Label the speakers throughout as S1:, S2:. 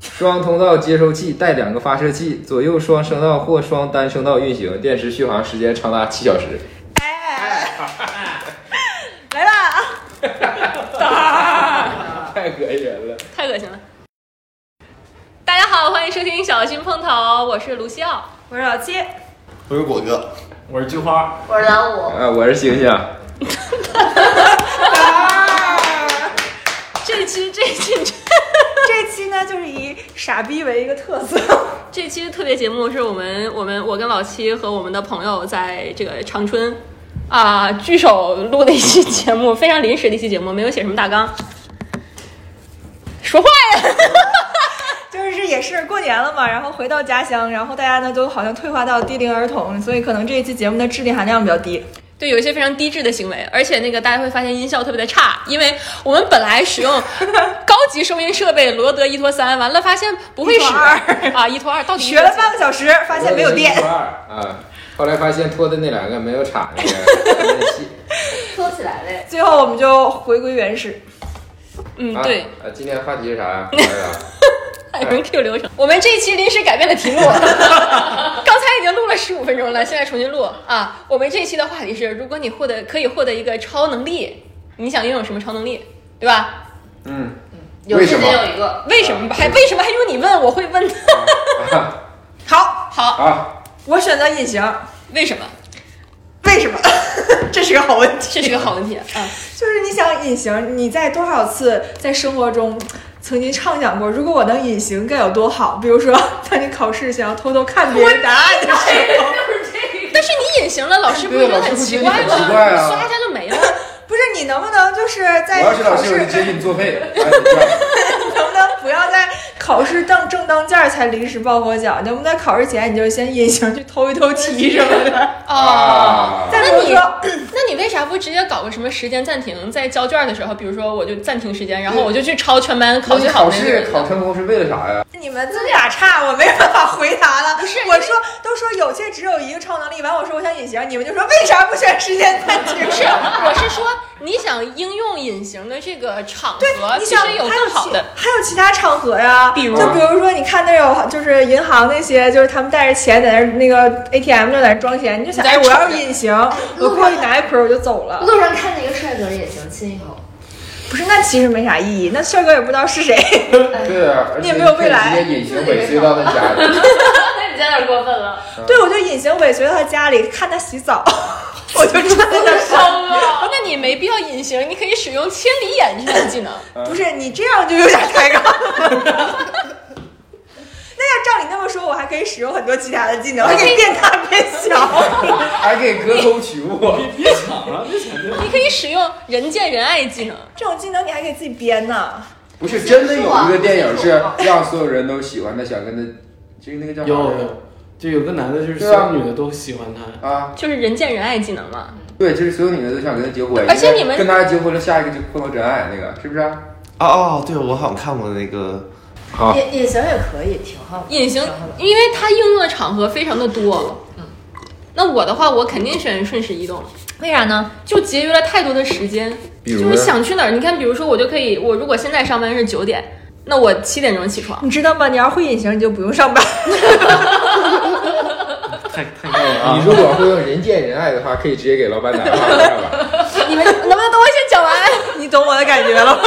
S1: 双通道接收器带两个发射器，左右双声道或双单声道运行，电池续航时间长达七小时。
S2: 哎， 来吧，啊
S1: 太恶心人了！
S2: 太恶心了。大家好，欢迎收听小心碰头，我是卢西奥，我是老七，
S3: 我是果哥，
S4: 我是菊花，
S5: 我是老五，
S1: 啊，我是星星。
S2: 这期 这期
S5: 这期呢就是以傻逼为一个特色，
S2: 这期特别节目是我们我们我跟老七和我们的朋友在这个长春啊聚首录的一期节目，非常临时的一期节目，没有写什么大纲。说话呀！
S5: 就是也是过年了嘛，然后回到家乡，然后大家呢都好像退化到低龄儿童，所以可能这一期节目的智力含量比较低。
S2: 对，有一些非常低质的行为，而且那个大家会发现音效特别的差，因为我们本来使用高级收音设备罗德一拖三，完了发现不会
S5: 一拖
S2: 使
S5: 二
S2: 啊一拖二，到底
S5: 学了半个小时，发现没有电
S1: 我以为是一，块儿啊，后来发现拖的那两个没有插那个
S5: 缩起来嘞。最后我们就回归原始，
S2: 嗯
S1: 啊
S2: 对，
S1: 啊，今天话题是啥呀？玩儿啊
S2: 还有人 Q 流程。我们这一期临时改变了题目，
S5: 啊
S2: 刚才已经录了十五分钟了，现在重新录啊。我们这一期的话题是：如果你获得可以获得一个超能力，你想拥有什么超能力，对吧？
S1: 嗯，
S5: 有
S1: 为什么
S5: 一个。
S2: 为什么
S1: 啊
S2: 还为什么还用你问？我会问的。
S1: 啊
S5: 好，
S2: 好，
S1: 啊，
S5: 我选择隐形，
S2: 为什么？
S5: 为什么？ 这是个好问题。
S2: 这是个好问题啊。
S5: 就是你想隐形，你在多少次在生活中曾经畅想过，如果我能隐形该有多好？比如说，当你考试想要偷偷看别人答案的时候，
S2: 但是你隐形了，老师不
S1: 哎对
S2: 觉得
S1: 老师
S2: 很
S1: 不
S2: 奇
S1: 觉得
S2: 怪
S1: 很
S2: 吗？
S1: 奇怪啊
S2: 唰一下就没了。
S5: 不是你能不能就是在
S1: 我要是老
S5: 考
S1: 师，
S5: 试
S1: 我就接你作废。把你拽了
S5: 能不能不要在考试当正当间儿才临时抱佛脚？能不能在考试前你就先隐形去偷一偷题什么的？
S2: 哦，
S1: 啊
S5: 再比
S2: 那
S5: 如
S2: 你
S5: 说，
S2: 那你为啥不直接搞个什么时间暂停？在交卷的时候，比如说我就暂停时间，然后我就去抄全班考最好
S1: 考
S2: 的那个
S1: 试
S2: 人。
S1: 考成功是为了啥呀？
S5: 你们这么俩差，我没办法回答了。
S2: 不是因为
S5: 我说都说有些只有一个超能力，完我说我想隐形，你们就说为啥不选时间暂停？
S2: 不是，我是说你想应用隐形的这个场合，
S5: 你
S2: 其
S5: 想
S2: 实有更好的。
S5: 还有其他场合呀，
S2: 比如
S5: 就比如说你看那有就是银行那些，就是他们带着钱在那儿那个 ATM 那儿在那儿装钱，你就想
S2: 你在
S5: 哎，
S2: 那儿
S5: 我
S2: 瞅
S5: 要是
S2: 着
S5: 隐形，我过去拿一捆儿我就走 了。
S6: 路上看见一个帅哥也行，亲一口。
S5: 不是，那其实没啥意义，那帅哥也不知道 是谁。
S1: 对啊，而
S5: 你
S1: 且
S5: 也没有未来
S1: 可以直接隐形尾随到他家里。
S6: 那你这有点过分了，
S5: 对，我就隐形尾随到他家里看他洗澡， 我就站在那儿看。
S6: 疯了！
S2: 那你没必要隐形，你可以使用千里眼这项技能。
S5: 不是你这样就有点抬杠。 那要照你那么说，我还可以使用很多其他的技能，还可以变大变 小。
S1: 还给隔空取物，
S4: 别抢了，别抢，别抢！
S2: 你可以使用人见人爱技能。
S5: 这种技能你还可以自己编呢。
S1: 不是真的有一个电影是让所有人都喜欢他，想跟他，就是那个叫啥来着
S4: 有，就有个男的，就是
S1: 对
S4: 所
S1: 啊
S4: 有女的都喜欢他，
S1: 啊，
S2: 就是人见人爱技能嘛，
S1: 对，就是所有女的都想跟他结婚，
S2: 而且你们
S1: 因为跟他结婚了，下一个就碰到真爱那个，是不是啊？
S3: 哦哦，对，我好像看过那个，
S1: 好，
S6: 隐隐形也可以，挺好的。
S2: 隐形
S6: 挺好的，
S2: 因为它应用的场合非常的多。
S6: 嗯
S2: 那我的话，我肯定选瞬时移动，
S5: 为啥呢？
S2: 就节约了太多的时间。
S1: 比如
S2: 就
S1: 呢
S2: 是想去哪儿，你看，比如说我就可以，我如果现在上班是九点，那我七点钟起床。
S5: 你知道吗？你要会隐形，你就不用 上班。
S4: 太太高了
S1: 你
S4: 啊！
S1: 如果会用人见人爱的话，可以直接给老板打电话看吧。
S2: 你们能不能等我先讲完？
S5: 你懂我的感觉了吗？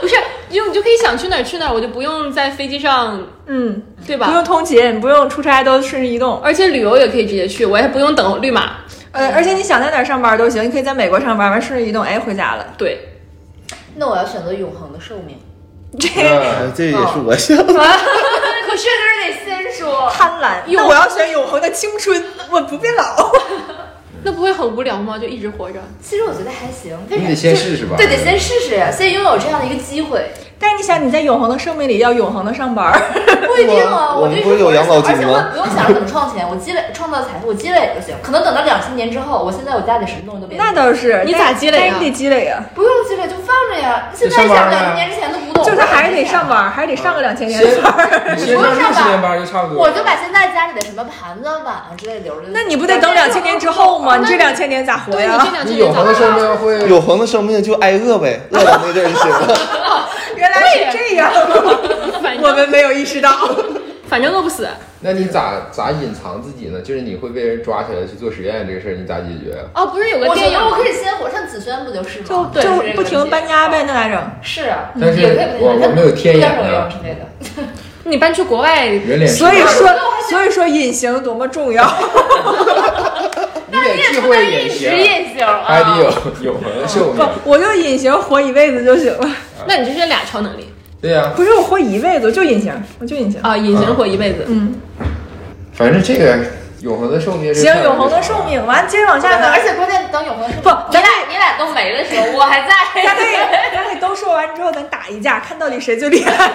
S2: 不是，就你就可以想去哪儿去哪儿，我就不用在飞机上，
S5: 嗯，
S2: 对
S5: 不
S2: 吧？
S5: 用通勤，不用出差，都瞬时移动。
S2: 而且旅游也可以直接去，我也不用等绿码。
S5: 呃，而且你想在哪儿上班都行，你可以在美国上班，完瞬时移动，哎，回家了。
S2: 对，
S6: 那我要选择永恒的寿命。
S5: 这
S1: 嗯
S3: 这也是我想，
S6: 可是就是得先说，
S5: 贪婪，那我要选永恒的青春，我不变老。
S6: 嗯
S2: 那不会很无聊吗？就一直活着。
S6: 其实我觉得还行。为啥
S1: 你得先试试吧。
S6: 对，得先试试呀，先拥有这样的一个机会。
S5: 但是你想，你在永恒的生命里要永恒的上班，
S6: 不一定啊，
S3: 我
S6: 就
S3: 们
S6: 一
S3: 不是有养老金
S6: 而且我也
S3: 吗
S6: 不用想着怎么创钱，我积累创造财富，我积累就行。可能等到两千年之后，我现在我家里什么东西都变。
S5: 那倒是。
S2: 你咋
S5: 但
S2: 积累啊
S5: 但是你得积累啊，
S6: 不用积累，就放着呀。现在
S1: 上班
S6: 想
S1: 呢
S6: 两千年之前的古董，
S5: 就是他还是得上
S6: 班。
S5: 班，哦还是得上个两千年
S1: 先
S5: 的班儿。
S1: 你先上六十年班就差不多。
S6: 我就把现在家里的什么盘子、碗啊之类留着就行。
S5: 那你不得等两千年之后吗？你这两千年咋活
S2: 对，你这
S5: 呀？
S2: 两
S1: 你
S2: 天
S1: 永恒的生命会，
S3: 永恒的生命就挨饿呗，饿到那阵儿就行了。
S5: 原来是这样，
S2: 反正
S5: 我们们没有意识到。
S2: 反正饿不死。
S1: 那你咋咋隐藏自己呢？就是你会被人抓起来去做实验这个事儿，你咋解决？啊
S2: 哦，不是有个
S6: 我觉
S2: 电影
S6: 得我可以先火上紫萱不就是吗？
S5: 就
S2: 对
S5: 就是
S6: 这个
S5: 不停
S6: 问题哦
S5: 搬家呗，那咋整？
S6: 是啊，
S5: 嗯
S1: 但是
S6: 也可以
S1: 我我没有天眼
S6: 手
S1: 啊
S6: 游之类的。
S2: 你搬去国外，
S1: 人脸识
S5: 所以
S1: 别
S5: 说，所以说隐形多么重要。
S1: 你得忌
S6: 啊
S1: 讳隐形，
S6: 夜宵
S1: 啊还得有有朋友秀你。
S5: 不，我就隐形活一辈子就行了。
S2: 那你就是俩超能力
S1: 对呀、
S5: 不是我活一辈子，我就隐形，我就隐形。
S2: 啊，隐形活一辈子。
S5: 嗯，
S1: 反正这个永恒的寿命是
S5: 行，永恒的寿命。完，接着往下呢，
S6: 啊而且关键等永恒是
S5: 不
S6: 你俩你俩都没的时候，我还
S5: 咱可以
S6: 在。
S5: 咱可以都说完之后，咱打一架，看到底谁最厉害。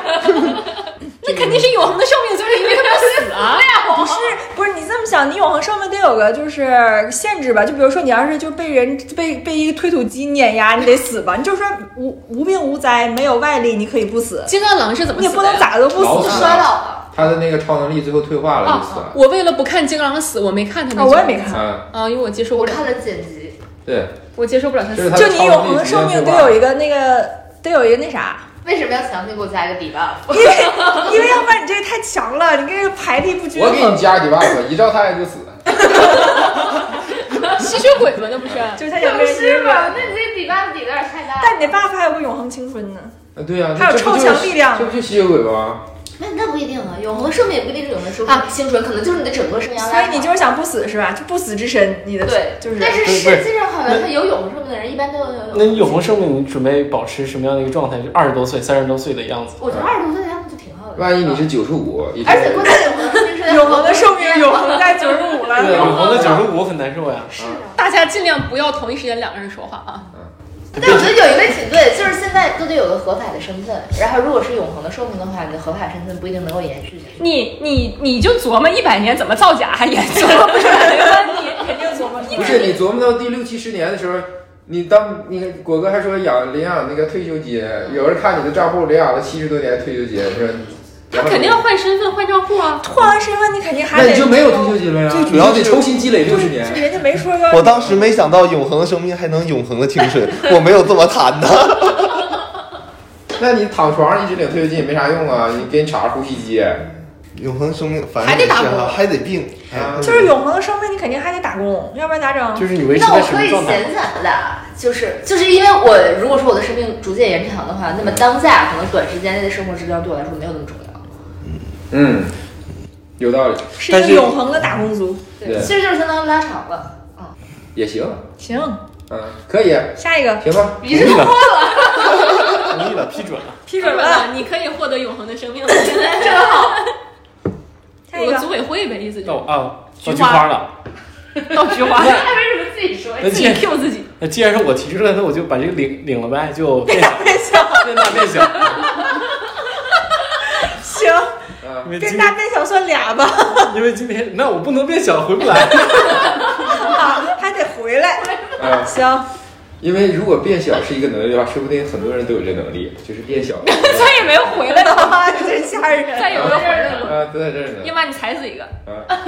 S2: 那肯定是永恒的寿命，就是因为他们要死啊。
S5: 不是不是，你这么想，你永恒寿命得有个就是限制吧？就比如说你要是就被人被被一个推土机碾压，你得死吧？你就说无无病无灾，没有外力，你可以不死，
S2: 金刚狼是怎么
S5: 你
S2: 死
S5: 也
S2: 的呀？
S5: 不能咋都不
S1: 老
S5: 死
S1: 死
S5: 啊。
S6: 摔倒 了，
S1: 他的那个超能力最后退化
S5: 哦
S1: 了，就死
S2: 啊！
S1: 了。
S2: 我为了不看金刚狼死，我没看他那
S5: 啊
S2: 集。
S5: 我也没看，
S1: 啊，
S2: 啊，因为我接受不
S6: 我
S2: 了，
S6: 看了剪辑，
S1: 对，
S2: 我接受不了他
S1: 就
S2: 死
S1: 是。他
S5: 就
S1: 的
S5: 你
S1: 超
S5: 永
S1: 能
S5: 恒
S1: 力
S5: 的
S1: 直
S5: 寿
S1: 接
S5: 命
S1: 退
S5: 得
S1: 化
S5: 有一个那个得有一个那啥，
S6: 为什么要强行给我加一个 debuff？
S5: 因为因为要不然你这个太强了，你这个排列不均
S1: 我给你
S5: 衡。
S1: 加几 buff，一照太阳就死。
S2: 吸血鬼吗？那不是？啊
S5: 就是他有没有
S6: 是
S5: 音
S6: 吧？
S5: 乐？
S6: 那你这 debuff 抵有点太大了。
S5: 但你的 buff 还有个永恒青春呢，
S1: 啊， 对呀、
S5: 还有
S1: 这不
S5: 超
S1: 就是
S5: 强力量
S1: 这不就吸血鬼吗？
S6: 那那不一定啊，永恒寿命也不一定是永恒寿命啊，青春可能就是你的整个生涯。
S5: 所以你就是想不死是吧？就不死之身，你的
S6: 对，
S5: 就是。
S6: 但是
S4: 对
S6: 实际上好像他有永恒寿命的人一般都有
S4: 那你永恒生命，你准备保持什么样的一个状态？就二十多岁、三十多岁的样子。
S6: 我觉得二十多岁他们就挺好的。
S1: 万一你是九十五，
S6: 而且关键永恒寿命是
S5: 永恒的寿命永恒在九十五
S1: 啊
S5: 了。
S4: 对，永恒的九十五很 难受呀。
S6: 是 啊。
S2: 大家尽量不要同一时间两个人说话啊。
S6: 但我觉得有一位挺对，就是现在都得有个合法的身份，然后如果是永恒的寿命的话，你的合法身份不一定能够延续下去。
S2: 你你你就琢磨一百年怎么造假，还研究 不出来的问题。
S5: 肯定琢磨
S1: 不是你琢磨到第六七十年的时候，你当你果哥还说养领养那个退休金，有人看你的账户领养了七十多年退休金，说你
S2: 他肯定要换身份、换账户啊。
S5: 换完身份，你肯定还
S1: 那
S5: 得。
S1: 你就没有退休金了呀，
S3: 最主要
S1: 你
S3: 是
S1: 就得重新积累六十
S5: 就
S1: 年。
S5: 人家没说要。
S3: 我当时没想到永恒的生命还能永恒的青春，我没有这么惨的。
S1: 那你躺床上一直领退休金也没啥用啊，你给你插个呼吸机，
S3: 永恒生命反正
S2: 还得打
S3: 也是哈
S2: 工
S3: 还得病，哎
S1: 啊
S5: 就是永恒的生命，你肯定还得打工，要不然咋整？
S4: 就是你维持
S6: 那
S4: 在
S6: 我
S4: 什
S6: 可
S4: 么
S6: 以
S4: 状态？
S6: 闲散的，就是就是因为我如果说我的生命逐渐延长的话，那么当下可能短时间内的生活质量对我来说没有那么重要。
S1: 嗯，有道理，
S5: 是一
S3: 但
S5: 个
S3: 是
S5: 永恒的打工族。
S1: 对
S6: 对，其实就是相当于拉长了。嗯，
S1: 也行，
S5: 行，
S1: 嗯，可以，
S5: 下一个
S1: 行吧，
S6: 于是
S4: 同意了， 同意了，批准了。
S5: 批
S2: 是
S5: 准
S2: 吧？
S5: 了，
S2: 你可以获得永恒的生命。
S6: 正好
S5: 下一
S2: 有个组
S5: 个
S2: 委会呗，意思
S4: 到
S2: 就
S4: 啊，
S2: 菊
S4: 到
S2: 花
S4: 菊花了。
S2: 是到菊花，
S6: 他为什么自己说？
S4: 那
S2: 自
S4: 既
S2: 己
S4: 然
S2: Q 自己。
S4: 那既然是我提出来，那我就把这个领领了呗，就 变小，
S5: 变小，
S4: 变大变小。
S5: 行，
S1: 嗯，
S4: 因为今
S5: 变大变小算俩 吧，
S4: 因为今天那我不能变小，回不来。
S5: 啊还得回来。
S1: 嗯，
S5: 行，
S1: 因为如果变小是一个能力的话，说不定很多人都有这能力，就是变 小。嗯
S2: 再也没有回来的，
S5: 真吓
S2: 再
S5: 人，
S2: 也没有回来了。
S1: 啊，都在这儿呢
S2: 要。不然你踩死一个，
S1: 啊，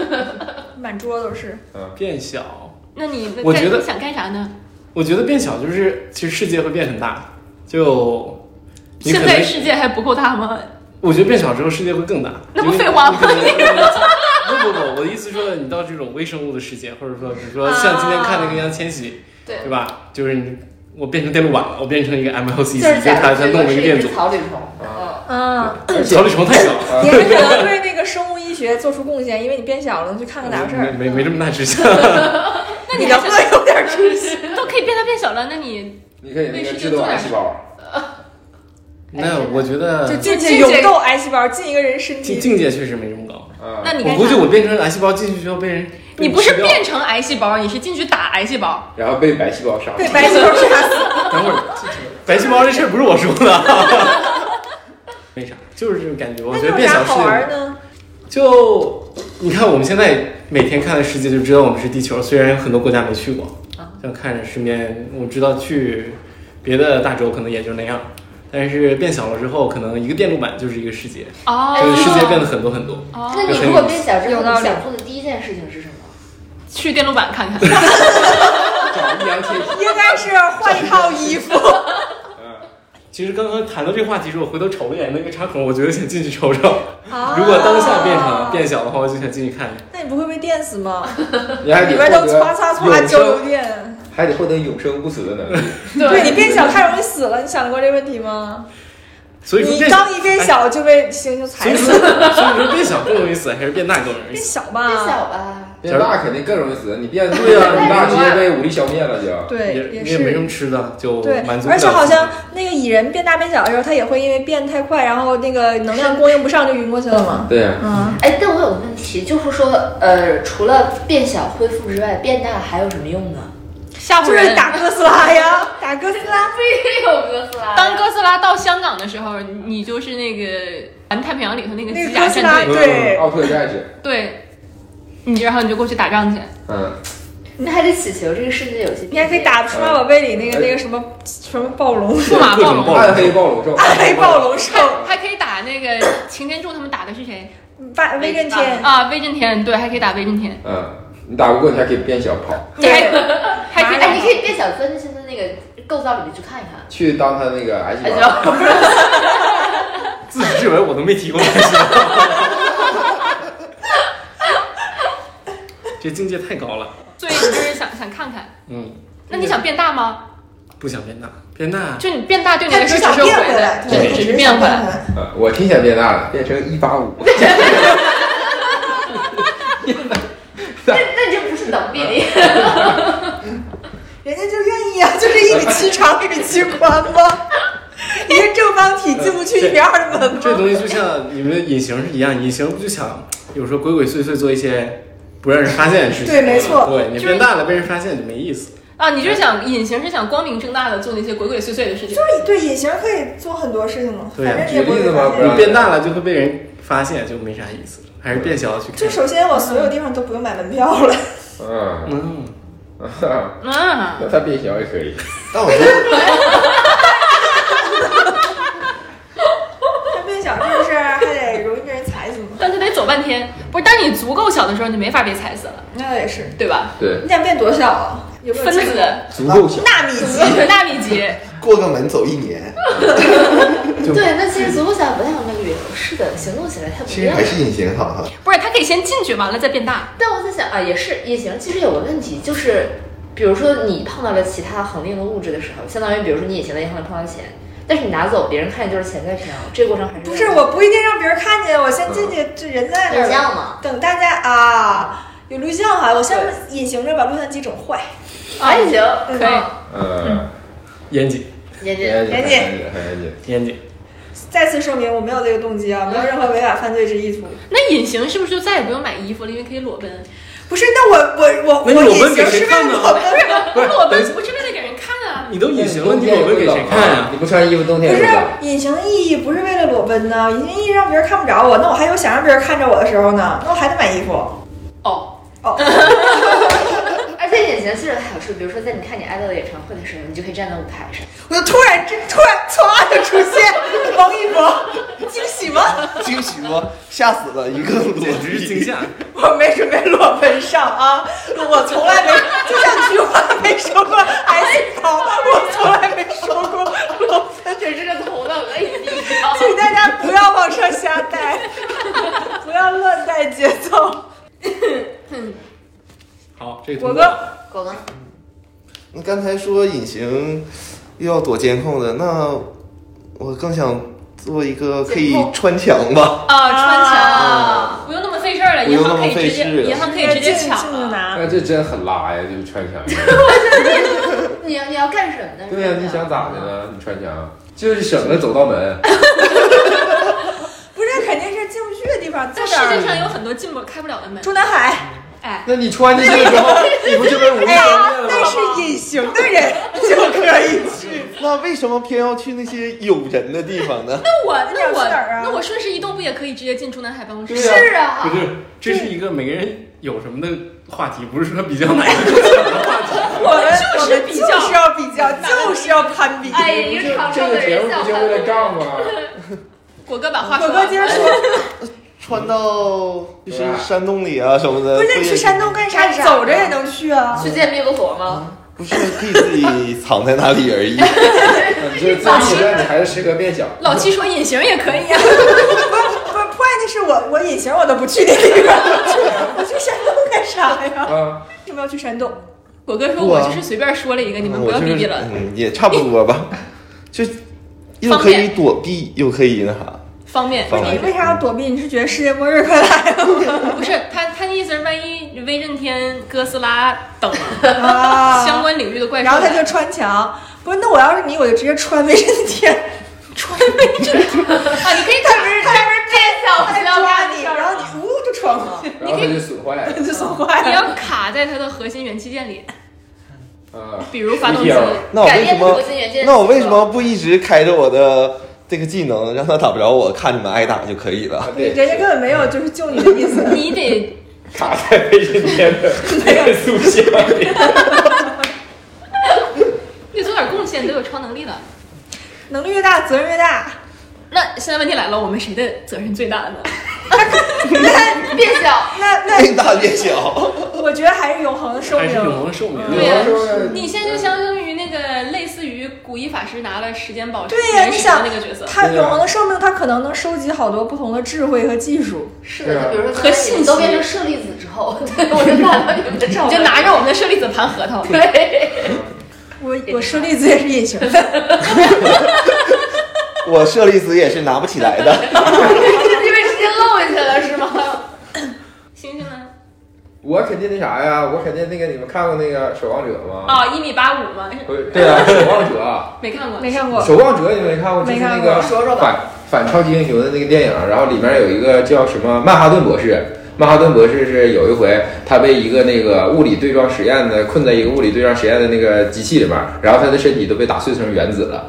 S5: 满桌都是。
S4: 变小，
S2: 那你那
S4: 我
S2: 干
S4: 觉得
S2: 你想干啥呢？
S4: 我觉得变小就是其实世界会变很大，就你可
S2: 现在
S4: 能
S2: 世界还不够大吗？
S4: 我觉得变小之后世界会更大。
S2: 那不
S4: 因为
S2: 废话吗
S4: 你可能 不不不，我的意思说，你到这种微生物的世界，或者说比如说
S2: 啊
S4: 像今天看那个易烊千玺，
S6: 对
S4: 对吧？就是你我变成电路板了，我变成一个 MLC，
S6: 就是
S4: 就
S6: 假
S4: 他
S6: 如
S4: 他
S6: 这
S4: 弄
S6: 个
S4: 了一
S6: 是
S4: 个
S6: 一
S4: 电
S6: 只
S4: 阻，
S6: 草履虫，
S1: 啊
S6: 嗯，
S5: 嗯，
S4: 小旅虫太小，
S1: 啊
S5: 也是可能对那个生物医学做出贡献，因为你变小了，去看看咋回事
S4: 没
S5: 儿。
S4: 没没这么大志向。
S2: 那
S5: 你
S2: 你
S5: 能不能有点出息？
S2: 都可以变大变小了，那你
S1: 你可以那个制动癌细胞，
S4: 那我觉得
S5: 就进
S2: 进
S5: 去
S2: 去
S5: 勇 斗癌细胞，进一个人身
S4: 境
S5: 体。
S4: 境界确实没这么高。
S1: 啊，
S2: 那你
S4: 我
S2: 干
S4: 估计
S2: 啥？
S4: 我变成癌细胞进去就要被人，
S2: 你不是
S4: 被人吃掉
S2: 变成癌细胞，你是进去打癌细胞。
S1: 然后被白细胞杀
S5: 被
S1: 死。
S5: 白细胞杀死，
S4: 等会儿，白细胞这事儿不是我说的， 没啥，就是这种感觉。我
S5: 那
S4: 觉得
S5: 有
S4: 变
S5: 啥
S4: 小
S5: 好玩
S4: 是
S5: 儿呢？
S4: 就你看我们现在每天看的世界，就知道我们是地球，虽然有很多国家没去过
S6: 啊，
S4: 像看着身边，我知道去别的大洲可能也就那样。但是变小了之后，可能一个电路板就是一个世界，
S2: 哦
S4: 这个世界变得很多很多。
S2: 哦
S6: 那你如果变小之后，你想做的第一件事情是什么？
S2: 去电路板看看。
S1: 找易烊千玺，
S5: 应该是换一套衣服，
S4: 其实刚刚谈到这个话题时，我回头瞅了一眼那个插孔，我觉得想进去瞅瞅。
S5: 啊
S4: 如果当下变长变小的话，我就想进去看看。
S5: 那你不会被电死吗？
S1: 你还
S4: 哎
S5: 里
S1: 得
S5: 边都
S1: 获
S5: 歘歘歘
S1: 得永
S5: 交流
S1: 生，
S5: 电。
S1: 还得获得永生不死的能力。
S5: 对你变小太容易死了，你想过这问题吗？
S4: 所以说
S5: 你
S4: 变小，
S5: 刚一变小就被猩猩
S4: 所
S5: 踩
S4: 以
S5: 死
S4: 说， 所以说变小更容易死，还是变大更容易
S5: 变
S4: 死？
S5: 小
S6: 别
S5: 吧？
S6: 小吧，
S5: 啊
S1: 变大肯定更容易死，你变
S4: 对啊
S1: 你大直接被武力消灭了就。
S5: 对，
S4: 也也没什
S5: 是。
S4: 么吃的，就
S5: 对
S4: 满足，不了
S5: 而
S4: 自
S5: 且
S4: 己。
S5: 好像那个蚁人变大变小的时候，他也会因为变太快，然后那个能量供应不上就晕过去了嘛。
S1: 对啊呀，
S5: 嗯，
S6: 哎，但我有个问题，就是说，呃，除了变小恢复之外，变大还有什么用呢？
S2: 吓唬
S5: 啊就是
S2: 人。
S5: 打哥斯拉呀，打哥斯拉。
S6: 没有哥斯拉
S2: 当哥斯拉到香港的时候，你就是那个环太平洋里头那个
S5: 那
S2: 机
S5: 个
S2: 甲
S5: 哥斯
S2: 战
S5: 拉，
S2: 队，
S5: 哎对，
S1: 奥特战士，
S2: 对，你然后你就过去打仗去。
S1: 嗯，
S6: 那还得祈求这个世界有些。
S5: 你还可以
S4: 嗯
S5: 打数码宝贝里那
S4: 哎
S5: 个那个什么什么暴龙，
S2: 数码
S4: 各
S2: 暴
S4: 种暴
S2: 龙，
S1: 暗黑暴龙兽，
S5: 暗黑暴龙兽，
S2: 还还可以打那个擎天柱，他们打的是谁？
S5: 霸威震天，
S2: 啊，威震天，对，还可以打威震天，
S1: 嗯，你打不过你还可以变小跑，
S2: 你还
S5: 对
S2: 还可以打
S6: 哎，你可以变小钻进现在那个构造里面去看一看。
S1: 去当他那个癌细
S6: 哎，
S1: 胞。
S6: 就
S4: 自己认为我都没提过关系。 这境界太高了，
S2: 所以你就是想想看看。
S4: 嗯，
S2: 那你想变大吗？
S4: 不想变大，变大
S2: 就你变大对你
S5: 他
S2: 来
S5: 只
S2: 说
S5: 想
S2: 是
S5: 变
S2: 回
S5: 回来，
S2: 的，对，只是变回来。
S5: 来。
S1: 嗯我挺想变大的，变成一八 五。
S6: 那那这不是能比例，
S5: 人家就愿意啊，就是一米七长，一米七宽吗？ 一个正方体进不去一米二的门吗？
S4: 这东西就像你们的隐形是一样，隐形不就想有时候鬼鬼祟祟做一些不让人发现的事情？
S5: 对没错
S4: 对你
S2: 就是
S4: 变大了被人发现就没意思。
S2: 啊，你就是想隐形是想光明正大的做那些鬼鬼祟祟的事情。
S5: 就是对隐形可以做很多事情嘛，
S4: 对啊
S5: 反正也不
S1: 举例
S5: 会
S1: 子嘛
S5: 发
S1: 不
S5: 现
S1: 然。
S4: 你变大了就会被人发现，就没啥意思了，还是变小了去
S5: 就
S4: 看。
S5: 首先我所有地方都不用买门票了，
S1: 嗯，
S4: 嗯，
S2: 嗯，
S1: 那他变小也可以。
S3: 但我觉 得
S5: 它变小是不是还得容易被人踩死吗？
S2: 但是得走半天。不是，当你足够小的时候，你没法被踩死了，
S5: 那倒也是，
S2: 对吧？
S1: 对，
S5: 你想变多小啊？有没有
S2: 分
S5: 这
S2: 子
S5: 个
S1: 足够小。
S5: 纳米级？
S2: 纳米级，
S3: 过个门走一年，
S6: 对，那其实足够小不太有那个原是的，行动起来太不
S3: 其
S6: 一
S3: 实
S6: 样
S3: 还
S6: 了。
S3: 是隐形好哈。
S2: 不是，它可以先进去，完了再变大。
S6: 但我在想啊，也是也行。其实有个问题就是，比如说你碰到了其他恒定的物质的时候，相当于比如说你以前的银行里碰到钱，但是你拿走，别人看见就是钱在飘，这个过程还是
S5: 不是，我不一定让别人看见，我先进去，这人在那
S6: 影
S5: 儿，
S6: 像嘛。
S5: 等大家啊有录像哈，我先隐形着把录像机整坏。
S6: 还行，
S2: 可以
S6: 嗯
S1: 嗯，
S4: 严谨，
S6: 也
S1: 很
S6: 也
S1: 严谨，很严谨，很严谨。
S4: 严谨。
S5: 再次声明，我没有这个动机啊，没有任何违法犯罪之意图。
S2: 那隐形是不是就再也不用买衣服了？因为可以裸奔。
S5: 不是，那我我我
S4: 那
S5: 我
S4: 你裸
S5: 隐
S4: 奔给
S5: 形是
S4: 谁
S5: 为
S4: 看
S5: 了
S4: 呢
S5: 裸奔，
S4: 不是
S2: 裸
S4: 等一
S2: 奔
S4: 下
S2: 不是为了给人看啊，
S4: 你都隐形了，
S1: 冬
S4: 你
S1: 天也
S4: 裸
S1: 会
S4: 奔给谁
S1: 冷
S4: 看啊呀？
S1: 你不穿衣服冬
S5: 不
S1: 天也
S5: 是
S1: 会冷。
S5: 隐形的意义不是为了裸奔呢，隐形意义让别人看不着我，那我还有想让别人看着我的时候呢，那我还得买衣服。
S2: 哦，
S1: 呃
S6: 而且隐形其实还有处，比如说在你看你爱豆的演唱会的时候，你就可以站在舞台上。
S5: 我就突然这突然从爱的出现，王一博，惊喜吗？
S3: 惊喜吗？吓死了，一个裸
S4: 简直是惊吓。
S5: 我没准备裸奔上啊，我从来没，就像菊花没说过癌细胞，我从来没说过 裸奔。
S6: 只是个头脑而已。
S2: 哦
S5: 请大家不要往上瞎带， 不要乱带节奏。
S4: 好，这个
S5: 我
S4: 通过
S5: 哥
S6: 狗呢？
S3: 你刚才说隐形又要躲监控的，那我更想做一个可以
S6: 监控
S3: 穿墙吧。
S2: 啊，穿
S5: 啊
S2: 墙不用那么费事儿了，
S3: 不
S2: 银
S3: 用那
S2: 行
S3: 么
S2: 可以直
S3: 费事
S2: 接，银行可以直接
S5: 进
S2: 抢啊
S5: 进
S2: 了。
S5: 拿
S1: 那哎这真很拉呀，就是穿墙。
S6: 你要你要干什么呢？
S1: 对呀，你想咋的？呢？你穿墙就是省着走道门。
S5: 不是肯定是进不去的地方，
S2: 在
S5: 在
S2: 世
S5: 哪
S2: 界上
S5: 儿？
S2: 有很多进不开不了的门。
S5: 中南海，
S2: 哎，
S1: 那你穿进去的时候，你不就被武力
S5: 哎
S1: 消灭
S5: 呀
S1: 了，
S5: 但
S1: 吗？
S5: 是隐形的人就可以去。
S3: 那为什么偏要去那些有人的地方呢？
S2: 那我那我
S5: 那要去哪儿啊
S2: 那我顺势移动不也可以直接进中南海办公室？
S1: 对呀
S6: 是啊
S4: 不，是，这是一个每个人有什么的话题，不是说比较哪一个更强的话题。
S5: 我们
S2: 就
S5: 我
S2: 是
S5: 们
S2: 比较
S5: 就是要比较，就是要攀比。
S6: 哎，一个场
S1: 这
S6: 上的
S1: 个节目
S6: 人笑
S1: 不就为了杠吗？啊
S2: 果哥把话
S5: 果
S2: 说
S5: 哥
S2: 完
S5: 接着说，
S3: 穿到就是
S1: 对啊
S3: 山洞里啊什么的，
S5: 不是
S3: 也
S5: 你去山洞干啥？
S6: 干啥
S5: 走着也能去啊。
S6: 去见灭火吗？
S3: 不是可以自己藏在那里而已。
S1: 你这自己让你孩子适合变小，
S2: 老七说隐形也可以啊，
S5: 不不，point 是我我隐形我都不去那地方，我去我去山东干啥呀？
S1: 啊，
S5: 为什么要去山东？
S2: 果哥说
S3: 不
S2: 我
S3: 啊
S2: 就是随便说了一 个，你们不
S3: 我
S2: 要
S3: 就
S2: 逼
S3: 是
S2: 逼了，
S3: 嗯，也差不多吧，就又
S2: 方
S3: 可以
S2: 便
S3: 躲避，又可以那啥。
S2: 方便。
S5: 不是
S3: 方
S5: 你
S3: 便
S5: 为啥要躲避？你是觉得世界末日快来
S2: 不是他他的意思是，万一威震天、哥斯拉等
S5: 了 啊？
S2: 相关领域的怪兽，
S5: 然后他就穿墙。不是，那我要是你，我就直接穿卫生间，
S2: 穿威震天啊，你可以
S5: 他不是他
S2: 哎
S6: 太小
S5: 他抓你，然后你呜就穿了，
S1: 然后他就损坏了
S5: 就送坏
S2: 你
S5: 了。
S2: 要卡在它的核心元器件里，
S1: 啊。
S2: 比如发动 机
S1: 一。条
S3: 那我
S6: 改
S3: 为什
S6: 变
S3: 么
S6: 核？心元件。
S3: 那我为什么不一直开着我的这个技能，让他打不着我，看你们挨打就可以 了？
S1: 啊，对，
S5: 人家根本没有就是救你的意思。
S2: 你得
S1: 卡在卫生间的那个塑像里。
S2: 你做点贡献，都有超能力了。
S5: 能力越大，责任越大。
S2: 那现在问题来了，我们谁的责任最大呢？
S6: 变小？
S5: 那
S3: 变
S5: 那
S3: 大变小，
S5: 我觉得还是永恒的寿
S4: 还是永
S5: 命。
S4: 恒的寿命。
S2: 对
S1: 有的时候呢
S2: 你现在就相当于那个类似于古一法师拿了时间宝
S5: 对呀、
S2: 原
S5: 你
S2: 始的
S5: 想
S2: 那个角色，
S5: 他
S1: 对呀
S5: 永恒的寿命，他可能能收集好多不同的智慧和技术。
S6: 是
S1: 对啊
S6: 的，就比如说
S2: 和信息
S6: 都变成舍利子之后，对我就看到你们的照
S2: 你
S6: 片，
S2: 就拿着我们的舍利子盘核桃。
S6: 对，
S5: 我我舍利子也是隐形的，
S3: 我舍利子也是拿不起来 的。
S6: 因为直接漏进去了是 吗？
S2: 星星呢？
S1: 我肯定那啥呀，我肯定那个你们看过那个《守望者》吗？
S2: 啊，一米八五吗？
S1: 不是对啊，《守望者》，
S2: 没看过，
S5: 没看过。
S1: 《守望者》你们没看过？就是那
S5: 没看过
S1: 个
S6: 说说吧。
S1: 反反超级英雄的那个电影，然后里面有一个叫什么曼哈顿博士。曼哈顿博士是有一回，他被一个那个物理对撞实验的困在一个物理对撞实验的那个机器里面，然后他的身体都被打碎成原子了，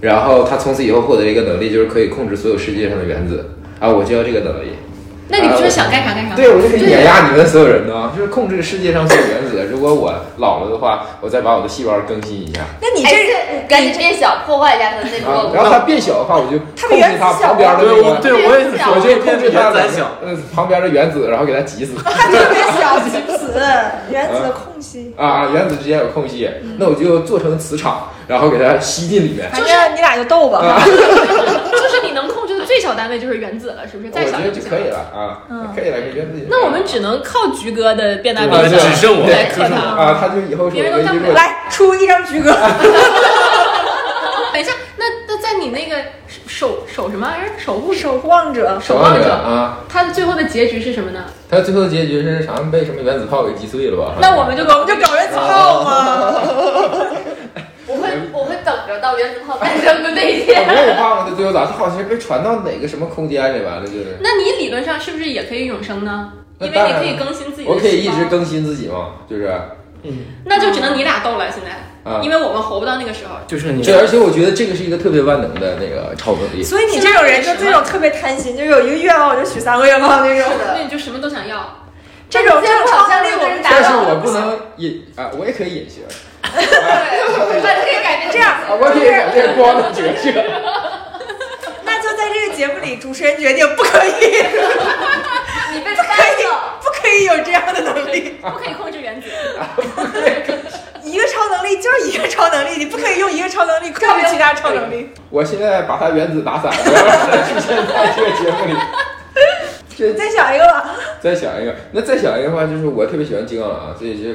S1: 然后他从此以后获得一个能力，就是可以控制所有世界上的原子啊！我就要这个能力，
S2: 那你不就是想干啥干啥？
S1: 对，我就可以碾压你们所有人呢，就是控制世界上所有原子。如果我老了的话，我再把我的细胞更新一下，
S5: 那你
S6: 哎
S5: 这
S6: 这赶紧变小，破坏一下它的那
S1: 啊，
S6: 个。
S1: 然后它变小的话，我就
S5: 它
S1: 控
S5: 比
S1: 制
S5: 原子
S1: 它
S5: 小
S1: 旁边的
S4: 对，我
S1: 那个，
S4: 对啊我也是，
S1: 我
S4: 我
S1: 就
S4: 就
S1: 控
S4: 控
S1: 制
S4: 制
S1: 它
S4: 它
S1: 的
S4: 咱想，
S1: 嗯，旁边的原子，然后给它挤死。
S5: 他特别小，仅此原子的空隙。
S1: 啊，原子之间有空隙，
S2: 嗯
S1: 那我就做成磁场，然后给它吸进里面。
S5: 反正你俩就斗吧。
S2: 就是你能控制的最小单位就是原子了，是不是？
S1: 我
S2: 再
S1: 觉
S2: 小就
S1: 得
S2: 不
S1: 就
S2: 行
S1: 可以。了啊，
S5: 嗯
S1: 可以了，给原子也可以了。啊
S2: 那我们只能靠菊哥的变大
S4: 我
S2: 变
S4: 们
S1: 对
S4: 只
S2: 小。
S4: 剩我，
S2: 对
S4: 只剩我。
S1: 啊，他就以后是
S2: 别
S1: 我
S2: 人
S1: 唯
S2: 都干
S1: 一
S2: 不
S1: 弱
S2: 了
S5: 来出一张菊哥，
S2: 等一下，那那在你那个守守什么玩意儿？守护
S5: 守望者
S1: 守望者啊。
S2: 他的最后的结局是什么呢？
S1: 他最后的结局是啥？被什么原子炮给击碎了吧？
S2: 那我们就
S5: 我们就搞人子炮嘛。
S6: 我会我会等着到原子炮诞生的那一天。
S1: 我也忘了他最后咋，他好像是被传到哪个什么空间里完了，就是
S2: 那你理论上是不是也可以永生呢？
S1: 那
S2: 因为你
S1: 当然
S2: 可以更新自己的
S1: 我可以一
S2: 细胞
S1: 直，更新自己嘛，就是啊，
S2: 那就只能你俩斗了。现在，因为我们活不到那个时候。
S4: 就剩你
S1: 这而且我觉得这个是一个特别万能的那个超能力，
S5: 所以你这种人就这种特别贪心，就有一个愿望我就许三个愿望那种。
S2: 那你就什么都想要，
S5: 这种这
S6: 结
S5: 种
S6: 果
S5: 超
S6: 好像
S5: 能力
S6: 那
S5: 我
S6: 个人
S5: 们
S6: 达
S1: 但
S6: 到
S1: 是
S6: 了
S1: 我不能隐啊，我也可以隐形
S6: 对，那可以改变
S5: 这样
S1: 啊，我可以改变光的折射。
S5: 那就在这个节目里，主持人决定 不可以，
S6: 你被干了。
S5: 不可以有这样的能力。
S2: 不可以控制原子。
S5: 一个超能力就是一个超能力，你不可以用一个超能力控制其他超能力。
S1: 我现在把他原子打散了，然后再出现在这个节目里。
S5: 你再想一个吧，
S1: 再想一个，那再想一个的话，就是我特别喜欢金刚狼，啊所以就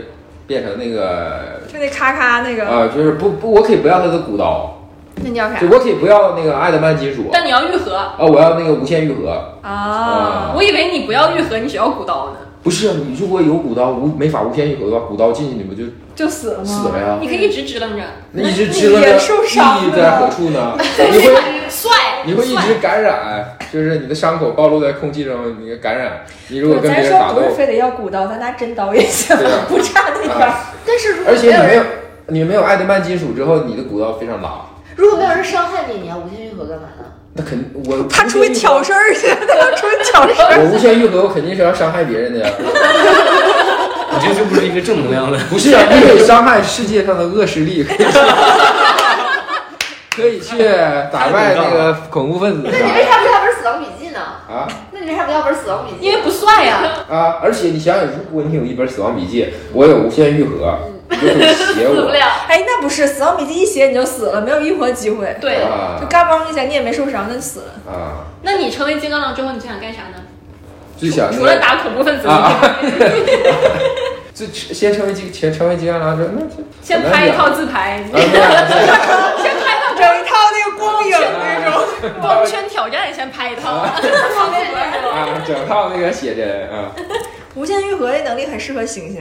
S1: 变成那个
S5: 就那咔咔那个，
S1: 啊，就是不不，我可以不要他的骨刀，
S5: 那你要啥
S1: 就我可以不要那个爱德曼金属。
S2: 但你要愈合，
S1: 啊，我要那个无限愈合。
S5: 啊？
S2: 我以为你不要愈合，你只要鼓刀呢。
S1: 不是，啊你如果有骨刀无没法无限愈合的话，骨刀进去你不就
S5: 就死了吗？
S1: 死了呀？
S2: 你可以一直支棱着，
S1: 那一直支棱着
S5: 你也受伤了
S1: 意义在何处 呢？ 你会
S2: 帅，
S1: 你会一直感染，就是你的伤口暴露在空气中，你感染。你如果跟
S5: 咱
S1: 别人
S5: 说
S1: 打
S5: 不
S1: 斗
S5: 是，非得要骨刀，咱拿真刀也行
S1: 对啊，
S5: 不差那点儿。
S6: 但是如果
S1: 而且你没
S6: 没有
S1: 有
S6: 人，
S1: 你没有爱德曼金属之后，你的骨刀非常拉。
S6: 如果没有人伤害你，你要无限愈合干嘛呢？
S1: 那肯我
S5: 他出去挑事儿去，他要出去挑事儿。
S1: 我无限愈合，我肯定是要伤害别人的呀。
S4: 你这就不是一个正能量的。
S1: 不 是啊，你可以伤害世界上的恶势力，可以去 可以去打败那个恐怖分子
S6: 那你为啥不要本死亡笔记呢？
S1: 啊。
S6: 那你为啥不要本死亡笔记？
S2: 因为不帅呀。
S1: 啊，而且你想想，如果你有一本《死亡笔记》，我有无限愈合，有种邪
S6: 死不
S1: 我
S6: 了。
S5: 哎，那不是死亡笔记一写你就死了，没有一活机会，
S2: 对，
S1: 啊
S5: 就嘎嘣一下你也没受伤，那就死了。
S1: 啊！
S2: 那你成为金刚狼之后，你最想干啥呢？
S1: 就想那
S2: 除
S1: 个
S2: 了打恐怖分子，
S1: 啊，就先成为金，先成为金刚狼之后，那就
S2: 先
S1: 很难
S2: 拍一
S1: 讲
S2: 套自拍，
S1: 啊对啊对啊
S2: 先拍一套
S5: 整一套那个光影那种，
S2: 光圈挑战，先拍一套。
S5: 放在那 儿
S1: 啊，整套那个写真啊，
S5: 无限愈合这能力很适合猩猩，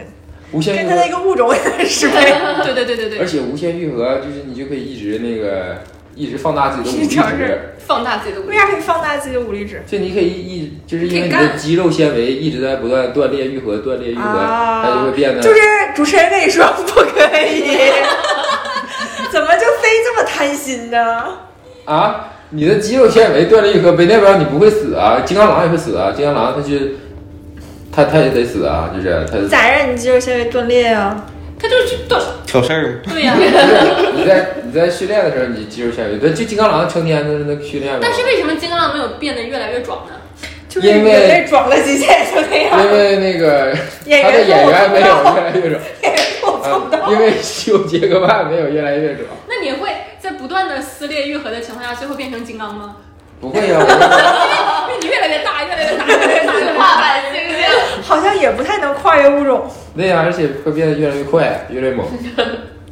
S1: 无限
S5: 跟
S1: 愈
S5: 它的一
S1: 合，
S5: 个物种也很适配。
S2: 对对对对
S1: 而
S2: 对，
S1: 且无限愈合就是你就可以一直那个一直放大自己的武力
S5: 挑
S1: 值，
S2: 放大自己的武
S5: 为
S2: 力。
S5: 啥可以放大自己的武力值？
S1: 就你可以一就是因为你
S2: 可以
S1: 的
S2: 干
S1: 肌肉纤维一直在不断锻炼愈合，锻炼愈合，
S5: 啊
S1: 它就会变得
S5: 就是主持人跟你说不可 以，怎么就非这么贪心呢？
S1: 啊，你的肌肉纤维锻炼愈合，北那边你不会死啊，金刚狼也会死啊，金刚狼它去，它它也得死啊，就是它
S5: 咋让你肌肉纤维断裂啊？
S2: 他就是去对
S3: 挑事儿，
S2: 对 呀、
S1: 你在你在训练的时候，你肌肉纤维，对，就金刚狼成天就是那训练嘛。
S2: 但是为什么金刚狼没有变得越来越壮呢？
S5: 就是
S1: 因为
S5: 人类装了几天就那样，
S1: 因为那个
S5: 演
S1: 他的
S5: 员
S1: 演员没有
S5: 够
S1: 越来越
S5: 够
S1: 壮， 啊，因为修杰克曼没有越来越壮，
S2: 那你会在不断的撕裂愈合的情况下，最后变成金刚吗？
S1: 不会 呀、我
S2: 因为你越来越大，越来越大，越来越大，越来越
S6: 画
S2: 大。
S6: 板猩猩，
S5: 好像也不太能跨越物种。
S1: 那样，而且会变得越来越快，越来越猛。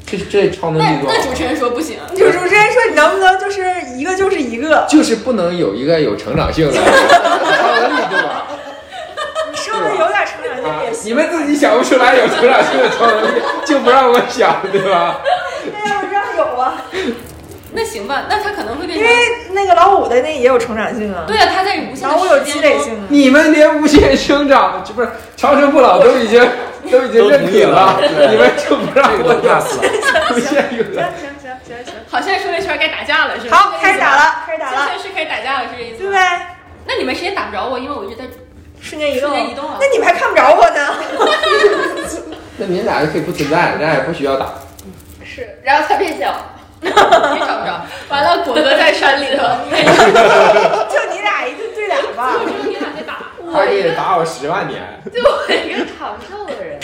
S1: 这这超能
S2: 那
S1: 力
S2: 那
S1: 壮，
S2: 主持人说不行，
S5: 就主持人说你能不能就是一个就是一个，
S1: 就是不能有一个有成长性的超能力，对吧？
S5: 你稍微有点成长性
S1: 啊
S5: 也，行。
S1: 你们自己想不出来有成长性的超能力，就不让我想，对吧？
S5: 那要不让有啊？
S2: 那行吧，那他可能会变
S1: 啊
S5: 因
S2: 成
S5: 为。那个老五的那也有成长性啊，
S2: 对呀、他在无限
S5: 然
S2: 的
S5: 后我
S2: 时
S5: 有积
S2: 间
S5: 累
S2: 中
S5: 性啊。
S1: 你们连无限生长，这不是长生不老都已经都已经认可了，你们就不让
S4: 这个
S1: 我
S4: 都
S1: 讲
S4: pass 了。
S1: 无限有
S5: 行行行行行，
S2: 好，现在说了一圈该打架了，是吧？
S5: 好，开始打了，开始打
S2: 现
S5: 了，
S2: 在是可以打架了，是这意思
S5: 对
S2: 吗？
S5: 呗？
S2: 那你们谁也打不着我，因为我一直在
S5: 瞬间移动，
S2: 瞬间移动啊
S5: 那你们还看不着我 呢。
S1: 那你们俩就可以不存在，咱俩也不需要打。
S6: 是，然后它变小，
S2: 也找不 着。完了，果哥在山里头，
S5: 就你俩一对对俩吧，
S2: 我说你俩在打，
S1: 他可以打我十万年，
S6: 就我一个长寿的人，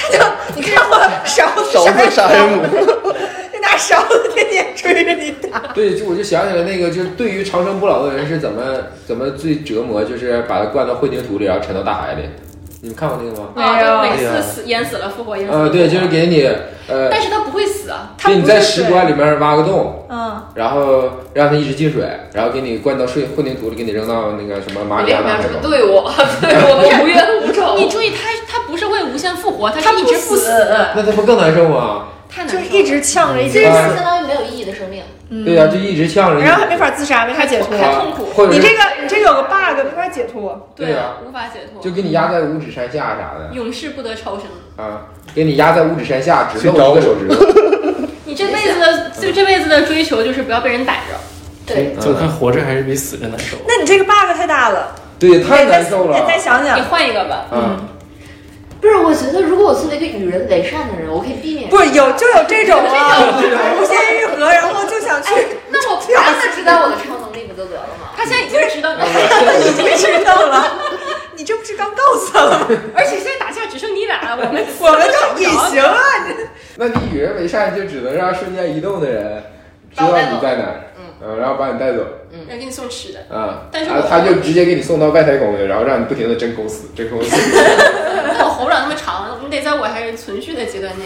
S5: 你看我勺子
S3: 勺子杀人魔，
S5: 就拿勺子天天追着你打，
S1: 对，就我就想起来那个，就是对于长生不老的人是怎么怎么最折磨，就是把他灌到混凝土里，然后沉到大海里。你们看过那个吗？
S5: 没有
S2: 啊，每次死淹死了，复活淹死了。
S1: 呃，对，就是给你呃，
S2: 但是他不会死啊，
S5: 他
S1: 给你
S5: 不
S1: 在
S5: 是
S1: 石
S5: 水
S1: 棺里面挖个洞，
S5: 嗯，
S1: 然后让它一直进水，然后给你灌到水混凝土里，给你扔到那个什么马
S6: 你
S1: 里
S6: 为
S1: 亚
S6: 什么
S1: 纳
S6: 要
S1: 海沟
S6: 这么。对我？对我们无冤无 仇。
S2: 你注意，他他不是会无限复活，他
S5: 他
S2: 是一直
S5: 不
S2: 不
S5: 死
S2: 死，
S1: 那他不更难受吗？
S2: 太难
S5: 就
S2: 受
S5: 是
S2: 了。
S5: 一直呛着，一
S6: 这
S5: 直
S6: 是
S1: 啊
S6: 相当于没有意义的生命，
S5: 嗯
S1: 对呀、啊就一直呛着你。
S5: 然后还没法自杀，没法解脱。
S2: 还痛苦
S1: 或者
S5: 你
S1: 是
S5: 这个你这有个 bug，没法解脱。
S1: 对啊
S2: 无法解脱，
S1: 就给你压在五指山下啥的
S2: 永世不得超生。
S1: 啊，给你压在五指山下，只
S3: 去
S1: 露
S3: 找
S1: 一
S3: 我
S1: 个手指头。啊
S2: 你这辈子的就这辈子的追求就是不要被人逮着。
S6: 对，
S4: 就看活着还是比死着难 受。
S5: 那你这个 bug 太大了，
S1: 对，太
S5: 你再
S1: 难受了
S5: 你。再想
S2: 你
S5: 哎想，
S2: 换一个吧，
S1: 啊，
S6: 不是，我觉得如果我作为一个与人为善的人，我可以避免。
S5: 不是有就有这 种啊，无限愈合，然后就想去，
S6: 那我不让他知道我的超能力不就得了吗？
S2: 他现在已经知
S1: 嗯
S2: 道你，
S5: 已经知道了。你这不是刚告诉他了吗？
S2: 而且现在打架只剩你俩，我们
S5: 我们就隐形啊！
S1: 那你与人为善，就只能让瞬间移动的人知
S6: 把我
S1: 道
S6: 带走
S1: 你在哪儿，嗯，然后把你带走。
S2: 嗯要给你送吃的。
S1: 啊，
S2: 但是
S1: 然后
S2: 我
S1: 他就直接给你送到外太空去，然后让你不停的真空死，真空死。
S2: 但我活不了那么长，你得在我还是存续的阶段内，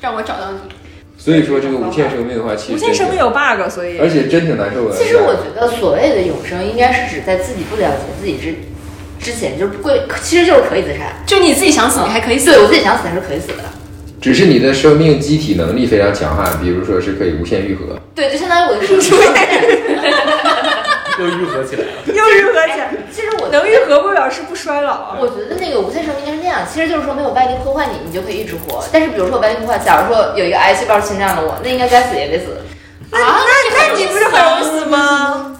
S2: 让我找到你。
S1: 所以说这个无限生命的话，其实
S5: 无限生命有 bug，所以
S1: 而且真挺难受的。哎
S6: 其实我觉得所谓的永生，应该是指在自己不了解自己之之前，就是不会，其实就是可以自杀。
S2: 就你自己想死，你还可以死。啊
S6: 对我自己想死还是可以死的。
S1: 只是你的生命机体能力非常强悍，比如说是可以无限愈合。
S6: 对，就相当于我的生 命。
S4: 又愈合起来了。
S5: 又愈合起来，
S6: 其实我
S5: 能愈合不表示不衰老啊。
S6: 我觉得那个无限生命应该是那样，其实就是说没有外力破坏你，你就可以一直活。但是比如说我外力破坏，假如说有一个癌细胞侵占了我，那应该该死也得死。
S5: 那那那你不是很容易死吗？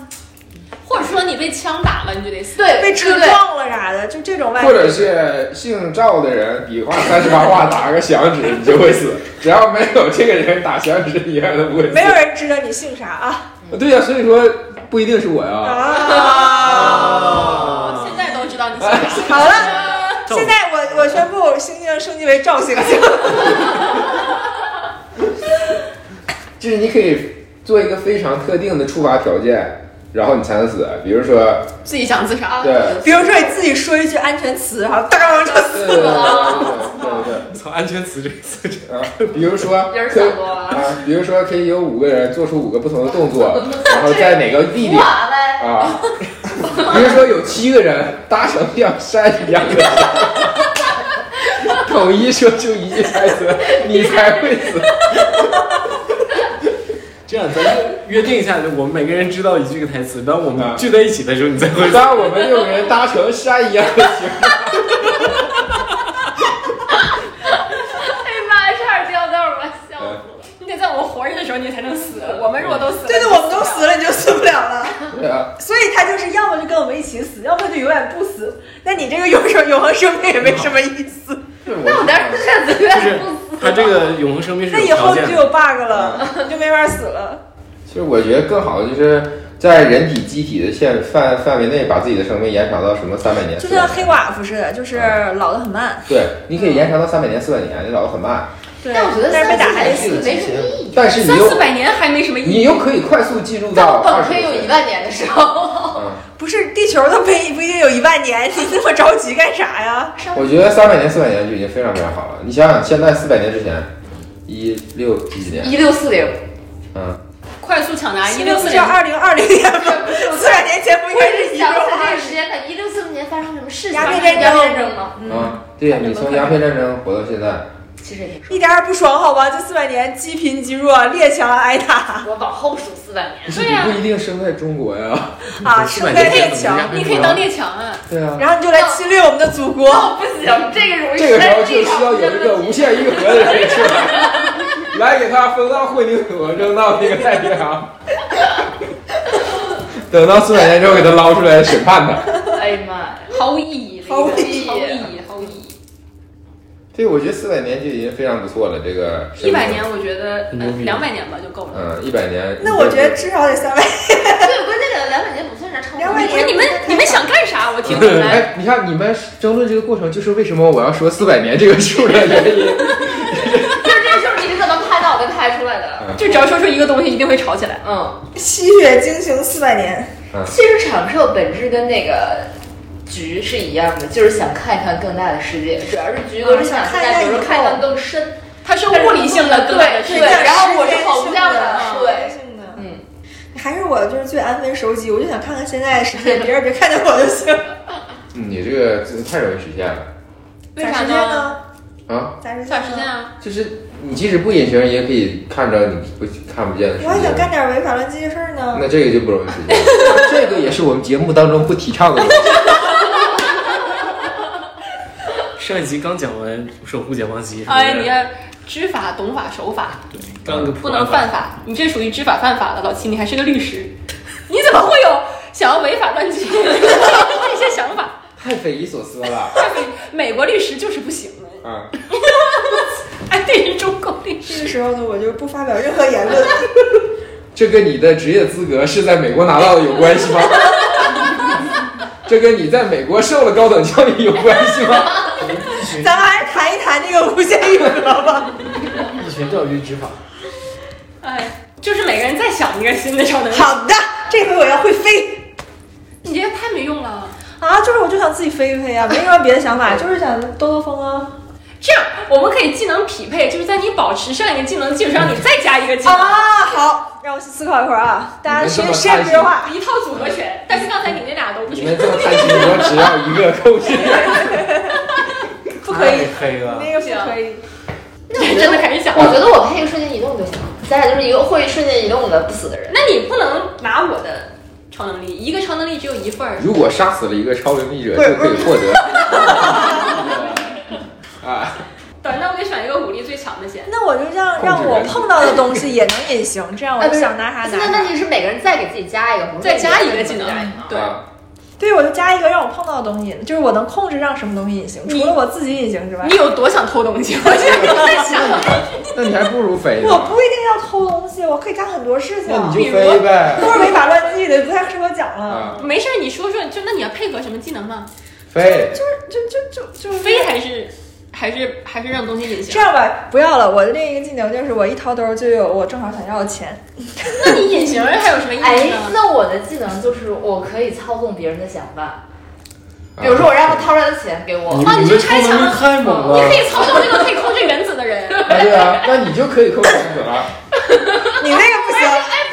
S2: 或者说你被枪打了，你就得死。
S6: 对，
S5: 被车
S6: 对对
S5: 撞了啥的，就这种外
S1: 或者是姓赵的人，比划三十八画打个响指，你就会死。只要没有这个人打响指，你永远都不会
S5: 没有
S1: 死。
S5: 人知道你姓啥啊
S1: 对呀、所以说不一定是我呀。
S5: 啊！
S2: 现在都知道你想啥。
S5: 好了，现在我我宣布，星星升级为赵星星。
S1: 就是你可以做一个非常特定的触发条件，然后你才能死。比如 说，
S2: 自己想自杀，
S1: 对，对
S5: 比如说你自己说一句安全词，然后当就
S1: 呃对对对对对
S4: 操，安全词这个词，
S1: 对啊！比如说
S6: 人
S1: 可以
S6: 想多了，
S1: 啊，比如说可以有五个人做出五个不同的动作， 然后在哪个地点
S6: 瓦呗，
S1: 啊？比如说有七个人搭成像山一样的山，统一说出一句台词，你才会死。
S4: 这样咱们约定一下，就我们每个人知道一句台词，当我
S1: 啊
S4: 们聚在一起的时候，你 再会。
S1: 当我们六个人搭成山一样的形
S6: 哎妈，差点掉道了，
S5: 哎
S6: 笑
S1: 状。
S2: 你得在我们活着的时候你才能死，我们如果都死了，
S5: 对对，我们都死了，你就死不了了。
S1: 对啊，
S5: 所以他就是要么就跟我们一起死，要么就永远不死。那你这个永生永恒生命也没什么意思。
S1: 那
S6: 我当然选择
S4: 就
S6: 愿
S4: 是
S6: 不死。
S4: 他这个永恒生命
S5: 那以
S4: 是有
S5: 后
S4: 条
S5: 你就
S4: 件嗯的，
S5: 有 bug 了，你就没法死了。
S1: 其实我觉得更好的就是在人体机体的限范范围内，把自己的生命延长到什么三百年，
S5: 就像
S1: 400
S5: 黑
S1: 年
S5: 寡妇似的，就是老的很慢。
S1: 对，你可以延长到三百年、四百年，你老得很慢，
S5: 对，
S6: 但我觉得
S5: 但是被打还得
S6: 三
S5: 死。
S6: 四百年没什么意义。
S1: 但是
S2: 三
S1: 你又
S2: 四百年还没什么意
S1: 你
S2: 义。
S1: 又可以快速进入
S6: 但
S1: 到
S6: 我
S1: 二十
S6: 本可以有一
S1: 岁。
S6: 万年的时候，
S1: 嗯，
S5: 不是地球都不一不一定有一万年，你那么着急干啥呀？
S1: 我觉得三百年、四百年就已经非常非常好了。你想想，现在四百年之前，一六几几年？
S6: 一六四零，
S1: 嗯，
S2: 快速抢答一六四
S5: 不
S2: 零
S5: 叫，二零二零年 吗？四百年前不应该是一六
S6: 想起来这
S5: 二
S6: 个时间点，一六四零年发生什么事情？
S5: 鸦
S6: 鸦
S5: 片
S6: 片
S5: 战争
S6: 争吗？
S1: 啊，对呀，你从鸦片战争活到现在，
S6: 其实也挺
S5: 一点儿也不爽好吧？这四百年积贫积弱，列强挨打
S6: 我往后数四百年，
S1: 可是你不一定生在中国呀。
S5: 啊，
S4: 四
S5: 胜
S4: 百
S5: 在列
S4: 年前怎么
S5: 强
S4: 样，
S2: 你可以当列强啊！
S1: 对啊，
S5: 然后你就来侵略我们的祖国。
S6: 哦， 不行，这个容易。
S1: 这个时候就需要有一个无限愈合的人出来， 来给他封到混凝土，扔到那个太平洋。等到四百年之后，给他捞出来审判他。
S6: 哎呀妈呀！
S2: 毫无意义，
S5: 毫无
S6: 意义
S2: 毫无意义，毫无意义。
S1: 对，我觉得四百年就已经非常不错了。这个
S2: 一百，年，我觉得呃
S4: 牛逼
S2: 两百年吧就够了。
S1: 嗯，一百年。
S5: 那我觉得至少得三百，
S6: 对，关键两两百年不算啥长
S5: 两
S2: 不
S5: 百
S2: 是
S5: 年
S2: 哎你们，你们想干啥？我听不明 白。
S1: 哎，你看你们争论这个过程，就是为什么我要说四百年这个数的原因。
S6: 就这就是你是怎么拍到我跟拍出来的？
S2: 就只要说出一个东西，一定会吵起来。
S6: 嗯，
S5: 吸血惊情四百年。
S6: 其实长寿本质跟那个。局是一样的，就是想看一看更大的世界，主要是局都是啊想现在，比如说看一看更深，
S2: 它是物理性的更大的事
S6: 对
S2: 情
S6: 然后我是
S5: 好
S6: 猴子的对
S5: 的。
S6: 嗯，
S5: 还是我就是最安分守己，我就想看看现在的世界，别人别看见我就行。
S1: 嗯你这个这太容易实现了
S2: 为
S5: 咋
S2: 啥
S5: 时间？呢？
S1: 啊！
S5: 咋时间
S2: 咋实现
S5: 呢？
S2: 啊？
S1: 就是你即使不隐形，也可以看着你不看不见的世
S5: 我还想
S1: 界
S5: 干。点违法乱纪的事儿呢。
S1: 那这个就不容易实现， 这个也是我们节目当中不提倡的东西。
S4: 上一集刚讲完守护解放西，是不是
S2: 哎，你看，知法、懂法、守法，
S4: 对，刚个
S2: 不能犯法，你这属于知法犯法了。老七，你还是个律师，你怎么会有想要违法乱纪这些想法？
S1: 太匪夷所思了
S2: 美国律师就是不行的，
S1: 啊！
S2: 哎，对于中国律师，
S5: 这个时候呢，我就不发表任何 言论。
S1: 这跟你的职业资格是在美国拿到的有关系吗？ 这跟你在美国受了高等教育有关系吗？
S5: 咱们还是谈一谈这个无限愈合吧。
S4: 一群钓鱼执法，
S2: 哎，就是每个人再想一个新的超能力，
S5: 好的，这回我要会飞
S2: 你这太没用了。
S5: 啊！就是我就想自己飞一飞啊，没什么别的想法，就是想兜兜风啊。
S2: 这样，我们可以技能匹配，就是在你保持上一个技能基础上，你再加一个技能，
S5: 啊，好，让我思考一会儿啊。大家
S1: 你们这
S5: 谁
S1: 么
S5: 谁也
S1: 贪
S5: 别
S1: 心
S5: 话，
S2: 一套组合拳。但是刚才你那俩都不
S1: 你
S2: 行，
S1: 们这么贪心，我只要一个够劲。
S5: 不可以，
S4: 太黑了。
S5: 那个不可以。
S2: 真的开
S1: 哦
S2: 始想
S6: 我。觉得我配一个瞬间移动就行了，咱俩就是一个会瞬间移动的不死的人。
S2: 那你不能拿我的超能力，一个超能力只有一份儿。
S1: 如果杀死了一个超能力者，就可以获得。啊，
S2: 等，那我得选一个武力最强的先。
S5: 那我就让
S1: 控制
S5: 让我
S1: 人
S5: 碰到的东西也能隐形，这样我
S6: 哎不
S5: 就是想拿啥
S6: 现在
S5: 拿
S6: 问
S5: 啥。
S6: 题是每个人再给自己加一个，不是
S2: 再加一
S6: 每
S2: 个
S6: 人
S2: 技
S6: 自己
S2: 能
S6: 加一个啊
S2: 对
S1: 啊
S5: 对，我就加一个让我碰到的东西，就是我能控制让什么东西隐形，
S2: 你
S5: 除了我自己隐形之外
S2: 你。有多想偷东西？我现在在想，
S1: 那你还不如飞
S5: 我
S1: 呢。
S5: 不一定要偷东西，我可以干很多事情。
S1: 那你就飞呗。
S5: 都是违法乱纪的，不太适合讲了。
S1: 啊，
S2: 没事儿，你说说，就那你要配合什么技能吗？
S1: 飞。
S5: 就是就就就就
S2: 飞还是还是还是让东西隐
S5: 这
S2: 形？
S5: 样吧，不要了。我的另一个技能就是我一掏兜就有我正好想要的钱。
S2: 那你隐形还有什么意
S6: 哎
S2: 义呢，？
S6: 那我的技能就是我可以操纵别人的想法，比如说我让他掏出来的钱给我，
S4: 你
S2: 啊
S4: 们
S2: 你
S4: 你
S2: 是
S4: 们
S2: 拆墙
S4: 超能力太猛
S2: 你
S4: 了
S2: 可，以操纵这个可以控制原子的人。
S1: 啊，对啊，那你就可以扣我行了。
S5: 你那个不行，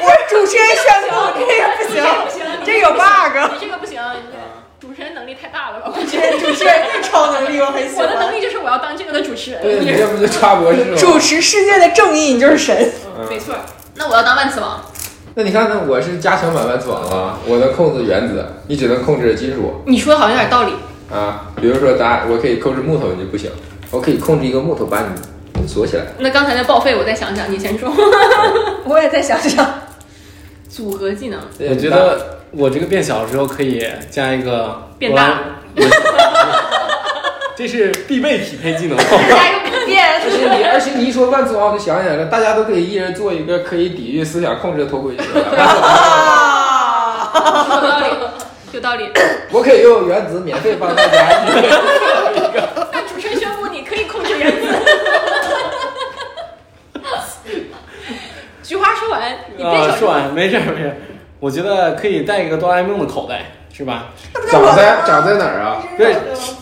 S5: 我主持人宣布这个不
S2: 这个不
S5: 行，
S2: 行，
S5: 这有 bug。
S2: 你这个不行，你这主持人能力太大了吧？我觉
S5: 这主持人这超能力我很喜
S2: 得我的能
S5: 欢。
S2: 力就是我要当这个的主持人。
S1: 对，你这不就插博士吗？
S5: 主持世界的正义，你就是神。
S1: 嗯
S2: 没错。那我要当万磁王，
S1: 那你看，那我是加强版万磁王了，我能控制原子，你只能控制金属
S2: 你说的好像有点道理。
S1: 啊。比如说咱，我可以控制木头，你就不行。我可以控制一个木头把你锁起来。
S2: 那刚才的报废我再想想，你 先说。
S5: 我也再想想，
S2: 组合技能，
S1: 对
S4: 我觉得我这个变小的时候可以加一个
S2: 变大
S4: 我来， 这是必备匹配技能。
S6: 加一个不变
S1: 而。且你，而且你一说万磁王，我就想起来了，大家都可以一人做一个可以抵御思想控制的头盔就行了。万磁王
S2: 有道理， 有道 理。
S1: 我可以用原子免费帮大家。
S2: 但主持人宣布你可以控制原子。 菊花说完， 你别
S4: 啊，
S2: 说。
S4: 说完没事儿没事儿，我觉得可以带一个哆啦 A 梦的口袋，是吧？
S1: 长在长在哪儿啊？
S4: 对，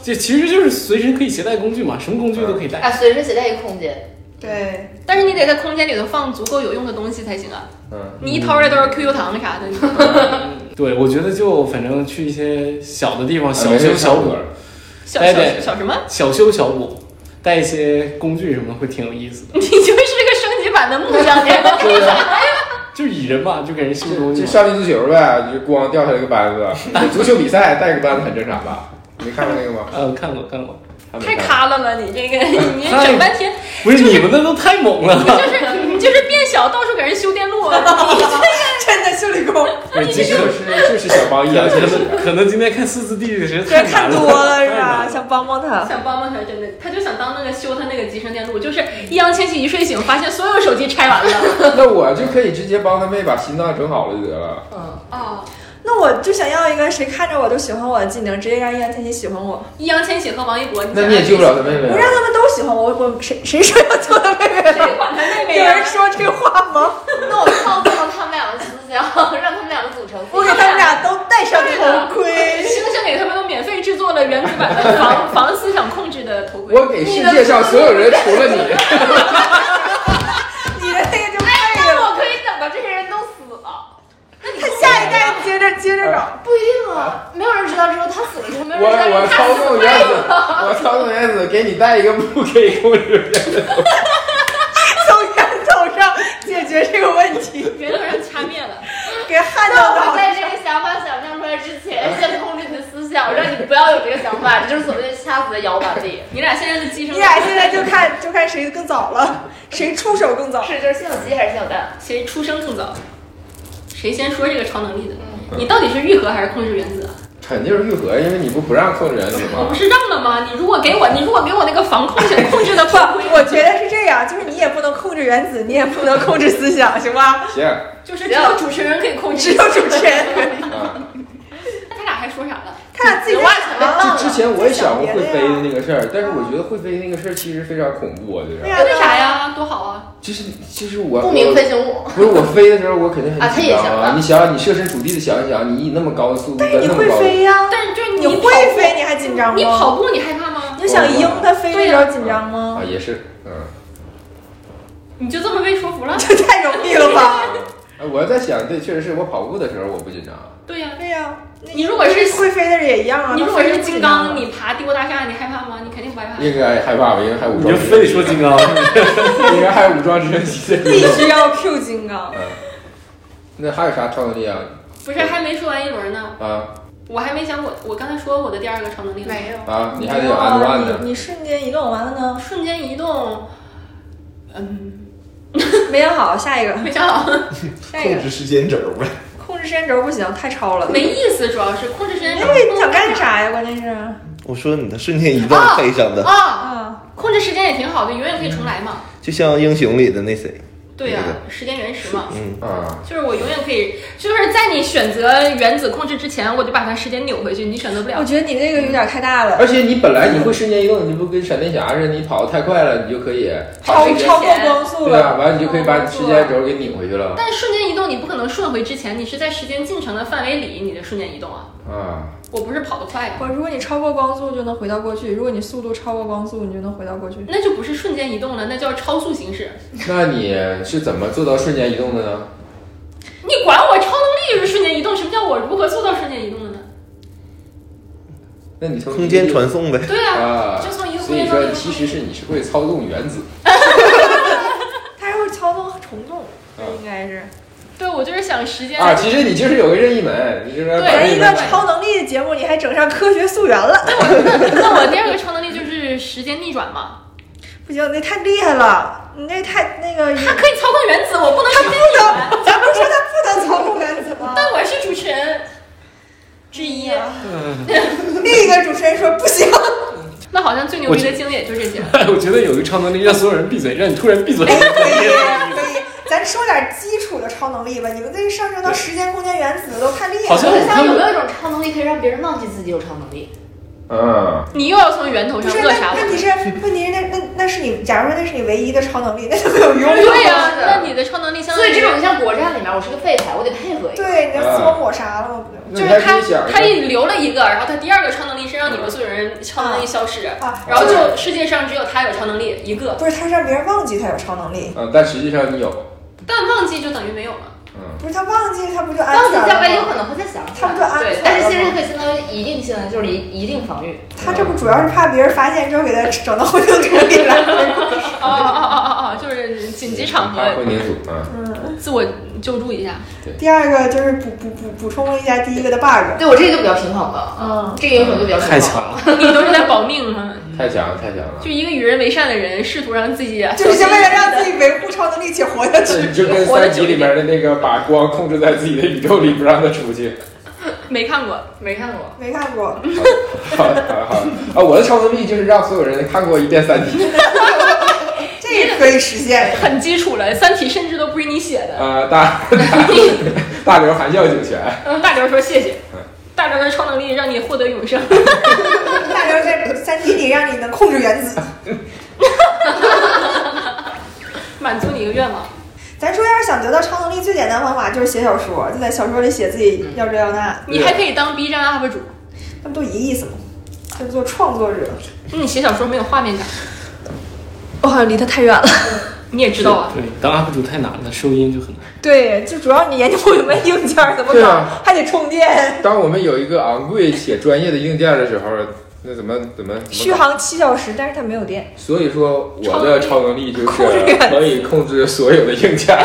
S4: 这其实就是随身可以携带工具嘛，什么工具都可以
S2: 哎
S4: 带。
S6: 啊，随身携带一个空间，
S5: 对，
S2: 但是你得在空间里头放足够有用的东西才行啊！
S1: 嗯，
S2: 你一掏出来都是 QQ 糖啥的，你
S4: 对，我觉得就反正去一些小的地方，小
S1: 啊没事
S4: 修小补，
S2: 小
S4: 哎
S2: 小
S4: 对
S2: 小什么？
S4: 小修小补，带一些工具什么的会挺有意思的。
S2: 你就是个升级版的木匠人。
S4: 对啊，就蚁人嘛，就给人修东西
S1: 就
S4: 嘛。
S1: 上去足球呗，就光掉下来一个扳 子。足球比赛带个扳子很正常吧？你没看过那个吗？
S4: 呃，看过看过，
S1: 还没
S2: 太
S1: 看过
S2: 卡了了，你这个你整半天，
S4: 不是你们的都太猛了。
S2: 就是你就是变小，到处给人修电路，啊
S5: 真的修理工，
S4: 对，
S1: 这就是就是小 帮易烊千玺。
S4: 可能今天看四字弟弟实
S5: 这
S4: 在太
S5: 看
S4: 难
S5: 多
S4: 了
S5: 了是吧？想帮帮他。
S2: 想帮帮他，真的，他就想当那个修他那个集成电路，就是易烊千玺一睡醒，发现所有手机拆完了。
S1: 那我就可以直接帮他妹把心脏整好了就得了。
S6: 嗯，
S2: 哦，
S5: 那我就想要一个谁看着我都喜欢我的技能，直接让易烊千玺喜欢我。
S2: 易烊千玺和王一博，
S1: 那你也救不了他妹妹
S5: 我
S1: 啊
S5: 让。他们都喜欢我，我谁谁说要做的妹妹
S2: 他， 谁管他妹妹啊
S5: 有人
S2: 呀？
S5: 说这话吗？
S6: 那我操纵了他们两个思想，让他们两个组成。
S5: 我给他们俩都戴上头盔。
S2: 星星给他们都免费制作了原子版的 防防思想控制的头盔。
S1: 我给世界上所有人除了你，
S5: 你的那个就废
S6: 那
S5: 了。
S6: 我可以等到这些人都死了。
S5: 他下一代接着接着搞，
S6: 不一定啊，没有人知道之后他死了之后，没
S1: 我
S6: 有人知道
S1: 我
S6: 他
S1: 操
S6: 死
S1: 纵
S6: 了。
S1: 原子，我操纵原子给你带一个不可以控制的。哎
S5: 从源头上解决这个问题，
S2: 源头上掐灭了，
S5: 给焊到
S6: 那我
S5: 脑袋。
S6: 在这个想法想象出来之前，先控制你的思想，让你不要有这个想法，这就是所谓的掐死在摇板里。
S2: 你俩现在的机生，
S5: 你俩现在就看就看谁更早了，谁出手更早。
S6: 是，就是先有鸡还是先有蛋？
S2: 谁出生更早，谁先说这个超能力的？你到底是愈合还是控制原子啊？
S1: 肯定是愈合，因为你不不让控制原子
S2: 我不
S1: 吗？
S2: 是让了吗？你如果给我，你如果给我那个防控性控制的
S5: 不
S2: 话，，
S5: 我觉得是这样，就是你也不能控制原子，你也不能控制思想，行吧？
S1: 行
S2: 就是只有主持人可以控
S5: 只
S2: 制。
S5: 有主持人可以。
S1: 啊，
S2: 那他俩还说啥了？
S5: 他俩自己在想
S6: 嗯
S1: 就之前我也想过会飞的那个事儿，但是我觉得会飞那个事儿其实非常恐怖，啊我觉得。
S2: 为啥？呀？多好啊！
S1: 就是就是我
S6: 啊不明
S1: 我
S6: 飞行物，
S1: 不是我飞的时候，我肯定很
S6: 啊他
S1: 紧
S6: 也
S1: 张
S6: 想啊
S1: 你想想，你设身处地的想一想，你以那么高的速度，
S5: 但是
S1: 在
S5: 你
S1: 那么
S5: 会
S1: 高的，
S5: 飞呀，
S2: 但是就是
S5: 你
S2: 跑
S5: 会飞，你还紧张吗？
S2: 你跑步你害怕吗？
S5: 你想鹰它飞的时候紧张
S1: 啊，？
S5: 吗
S1: 也是，嗯。
S2: 你就这么被说服了？
S5: 这太容易了吧？
S1: 哎我在想，对，确实是我跑步的时候我不紧张，啊
S2: 对呀、
S5: 对呀、那
S2: 你如果是
S5: 会飞的人也一样啊。
S2: 你如果是金刚，
S5: 那飞
S2: 你爬帝国大厦，你害怕吗？你肯定不害怕。
S1: 应该害怕吧，因为还有武
S4: 你就
S1: 装直升
S4: 非得
S1: 机，
S4: 说金刚，
S1: 应该还有武装直升机在
S5: 不 行啊必须要 Q 金刚。
S1: 那还有啥超能力啊？
S2: 不是，还没说完一轮呢，
S1: 啊
S2: 我还没讲我我刚才说我的第二个超能力呢
S6: 有。
S1: 啊，你还得有 and
S5: 啊
S1: one 呢，
S5: 你你瞬间移动完了呢？
S2: 瞬间移动，嗯，
S5: 没想好，下一个，
S2: 没想好，
S5: 下一个
S3: 控，制时间轴呗。
S5: 控制时间轴不行，太超了。
S2: 没意思，主要是控制时啊间
S5: 因
S2: 轴。
S5: 为哎你想干啥呀？关键是
S3: 我说你的瞬间移动配上的，
S2: 啊？
S5: 啊，
S2: 控制时间也挺好的，永远可以重来嘛。
S3: 就像英雄里的那谁，
S2: 对呀、时间原始嘛。
S3: 嗯，
S1: 啊，
S2: 就是我永远可以，就是在你选择原子控制之前，我就把它时间扭回去，你选择不
S5: 我
S2: 了。
S5: 觉得你这个有点太大了，
S1: 而且你本来你会瞬间移动，你不跟闪电侠似的，你跑得太快了，你就可以跑
S5: 超
S1: 那个
S5: 超过光速
S1: 对啊，
S5: 了。
S1: 完了你就可以把你时间轴给拧回去了
S2: 但瞬间移动你不可能顺回之前，你是在时间进程的范围里，你的瞬间移动啊。
S1: 啊。
S2: 我不是跑得快呀，
S5: 我如果你超过光速就能回到过去，如果你速度超过光速，你就能回到过去。
S2: 那就不是瞬间移动了，那叫超速行驶。
S1: 那你是怎么做到瞬间移动的呢？
S2: 你管我超能力就是瞬间移动，什么叫我如何做到瞬间移动的呢？
S1: 那你从
S3: 空间传送呗。
S2: 对啊，
S1: 啊，
S2: 就从一个空
S1: 所以
S2: 间到另
S1: 说
S2: 一个
S1: 其实是你是会操纵原子，
S5: 它还会操纵虫洞，这
S1: 啊
S5: 应该是。
S2: 对我就是想时间。
S1: 啊，其实你就是有个任意门，你就是把
S2: 对
S5: 人
S1: 任
S5: 一
S1: 意
S5: 个
S1: 门
S5: 超能力的节目，你还整上科学溯源了，
S2: 那我第二个超能力就是时间逆转嘛，
S5: 不行，那太厉害了，你这太那 个，
S2: 它可以操控原子，我 不能时间逆转，
S5: 咱不是说他不能操控原子吗？
S2: 但我是主持人之一。
S5: 另一个主持人说不行，
S2: 那好像最牛逼的经历也就这些了。
S4: 我觉得有一个超能力让所有人闭嘴，让你突然闭嘴。
S5: 可以可以，咱说点基础的超能力吧，你们这上升到时间空间原子都太厉害了。
S4: 好像
S6: 我在想有没有一种超能力可以让别人忘记自己有超能力？
S1: 嗯，
S2: 你又要从源头
S5: 不
S2: 上
S5: 是，
S2: 扼
S5: 那
S2: 杀
S5: 那
S2: 我。
S5: 你是问题是那那那是你，假如说那是你唯一的超能力，那就没有用。
S2: 对呀、
S6: 是的
S2: 那你的超能力相当
S6: 所
S2: 于
S6: 以这种就像国战里面，我是个废材，我得配合一个。
S5: 对，你就自我抹杀了嘛，不就？
S1: 那你啊还
S2: 就是他
S1: 可以想
S2: 他一留了一个，然后他第二个超能力是让你们所有人超能力消失，
S5: 啊，
S2: 然后就世界上只有他有超能力一个，
S5: 不是，他是让别人忘记他有超能力，
S1: 啊，但实际上你有，
S2: 但忘记就等于没有了。
S1: 嗯，
S5: 不是他忘记他不就安
S6: 当
S5: 全
S6: 你下班有
S5: 了吗？
S6: 可能会再想起
S5: 他不
S6: 来，
S5: 就安
S2: 对
S5: 全了吗？
S6: 但是现在可以相当于一定性的，就是一一定防御。
S5: 他这不主要是怕别人发现之后给他整到混凝土里来。
S2: 哦哦哦哦哦，就是紧急场
S1: 啊
S2: 合
S1: 混凝土啊，
S5: 嗯，
S2: 自我救助一下。
S5: 第二个就是补补补补充了一下第一个的 bug。
S6: 对我这个就比较平衡了，
S5: 嗯，
S6: 这个英雄就比较平衡。
S4: 太强了，
S2: 你都是在保命啊！
S1: 太强了，太强了
S2: 就，一个与人为善的人，试图让自己
S5: 就是为了让自己维护超能力且 活下去。
S1: 这就跟三级里面的那个把光控制在自己的宇宙里不让它出去，
S2: 没看过，
S6: 没看过，
S5: 没看过，
S1: 好好好啊，我的超能力就是让所有人看过一遍三体，
S5: 这也可以实现。
S2: 很基础了，《三体》甚至都不是你写的。
S1: 啊，大大大刘含笑九泉，
S2: 嗯，大刘说谢谢
S1: 嗯。
S2: 大刘的超能力让你获得永生，
S5: 大刘在三体里让你能控制原子。
S2: 满足你一个愿望。
S5: 咱说，要是想得到超能力，最简单方法就是写小说，就在小说里写自己要这要那，
S2: 你还可以当 B 站 UP 主。
S5: 那不都一意思吗？就是做创作者。
S2: 那你写小说没有画面感，
S5: 我好像哦离他太远了。
S2: 你也知道啊。
S4: 对，当 UP 主太难了，收音就很难。
S5: 对，就主要你研究不明白硬件怎么
S1: 对
S5: 搞，
S1: 啊
S5: 还得充电，
S1: 当我们有一个昂贵且专业的硬件的时候，那怎么怎么怎
S5: 续
S1: 么搞？
S5: 航七小时，但是它没有电。
S1: 所以说我的超能力就是
S5: 控制原子
S1: 可以控制所有的硬件，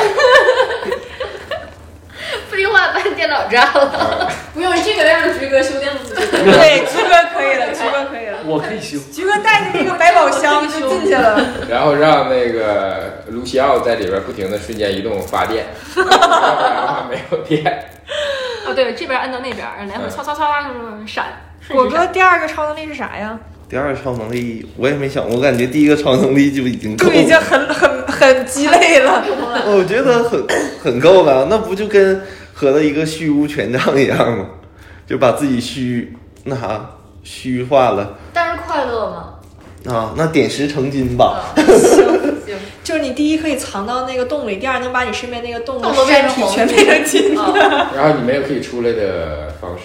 S6: 废话，把电脑炸了。
S2: 不用这个让菊哥修电路机，
S5: 对，菊哥可以 了，菊哥可以了。
S4: 我可以修，
S5: 菊哥带着那个百宝箱就进 去了，
S1: 然后让那个卢西奥在里边不停的瞬间移动发电，要不然的话没有电。
S2: 哦对，这边按到那边，来回操操操啊，闪。
S5: 果
S2: 顺时
S5: 哥
S2: 闪
S5: 第二个超能力是啥呀？
S3: 第二超能力我也没想，我感觉第一个超能力就已经够
S5: 就
S3: 了，
S5: 已经很很很鸡肋了。
S3: 我觉得很很够了，那不就跟合了一个虚无权杖一样吗？就把自己虚那啥虚化了
S6: 但是快乐吗？嗯
S3: 啊，那点石成金吧。
S6: 行，
S5: 就是你第一可以藏到那个洞里，第二能把你身边那个洞的
S6: 洞都变
S5: 山
S6: 成
S5: 体
S6: 红
S5: 全变成金。
S1: 然后你没有可以出来的方式，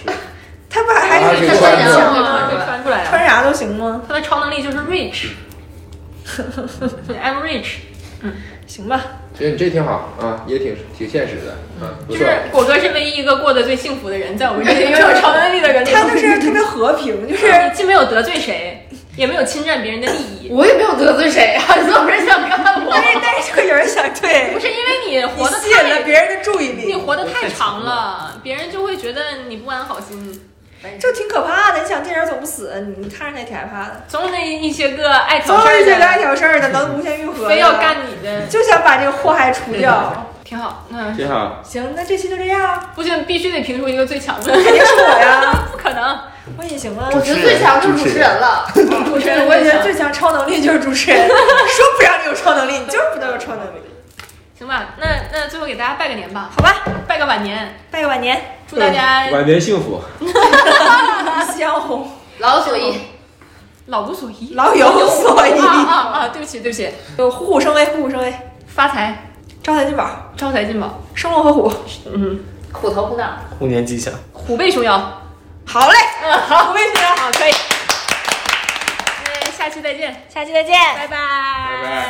S5: 他不还
S1: 啊
S5: 还
S1: 这
S5: 是
S1: 个
S5: 穿
S1: 穿出
S2: 然
S1: 来
S5: 上
S2: 后
S5: 吗
S2: 啊对翻出来了。
S5: 穿啥都行 吗？
S2: 他的超能力就是 rich。对，I'm rich。
S5: 行吧，
S1: 觉得你这挺好啊，也挺挺现实的，嗯，不
S2: 就
S1: 错
S2: 是。果哥是唯一一个过得最幸福的人，在我们这 些拥有超能力的人里，
S5: 他就是特别和 平，就是
S2: 是既没有得罪谁，也没有侵占别人的利益，
S6: 我也没有得罪谁啊，有人想看
S5: 但是
S6: 我。
S5: 但是会有人想对
S2: 不，是因为你
S5: 你
S2: 活得
S5: 吸引了
S2: 太，
S5: 别人的注意
S2: 你
S5: 力，
S2: 活得太长了，别人就会觉得你不安好心。
S5: 就挺可怕的。你想，这人总不死，你看着他也挺害怕的。
S2: 总有那一些个爱
S5: 总
S2: 挑事
S5: 有一
S2: 儿
S5: 些爱
S2: 的，
S5: 挑事儿的，能无限愈合，
S2: 非要，干你的，
S5: 就想把这个祸害除掉。
S2: 挺好。那
S1: 挺好，
S5: 行，那这期就这样，
S2: 不行，必须得评出一个最强的，
S5: 肯定是我呀，
S2: 不可能。
S5: 我隐形了。
S6: 我觉得最强就是主持人了，
S2: 主持人，
S5: 我觉得最强超能力就是主持人，说不让你有超能力，你就是不能有超能力。
S2: 行行吧，那那最后给大家拜个年吧，
S5: 好吧，
S2: 拜个晚年，
S5: 拜个晚年，
S2: 祝大家
S1: 晚年幸福。
S5: 香红
S6: 老左一，
S2: 老无所依，
S5: 老有所依
S2: 啊，啊啊！对不起对不起，
S5: 就虎虎生威，虎虎生威，
S2: 发财，
S5: 招财进宝，
S2: 招财进宝，
S5: 生龙活虎。
S6: 虎头虎脑，
S4: 虎年吉祥。
S2: 虎背熊腰。
S5: 好嘞，嗯， 好，魏先生，
S2: 好，可以。那下期再见，
S5: 下期再见，
S2: 拜
S1: 拜
S2: 拜，拜
S1: 拜。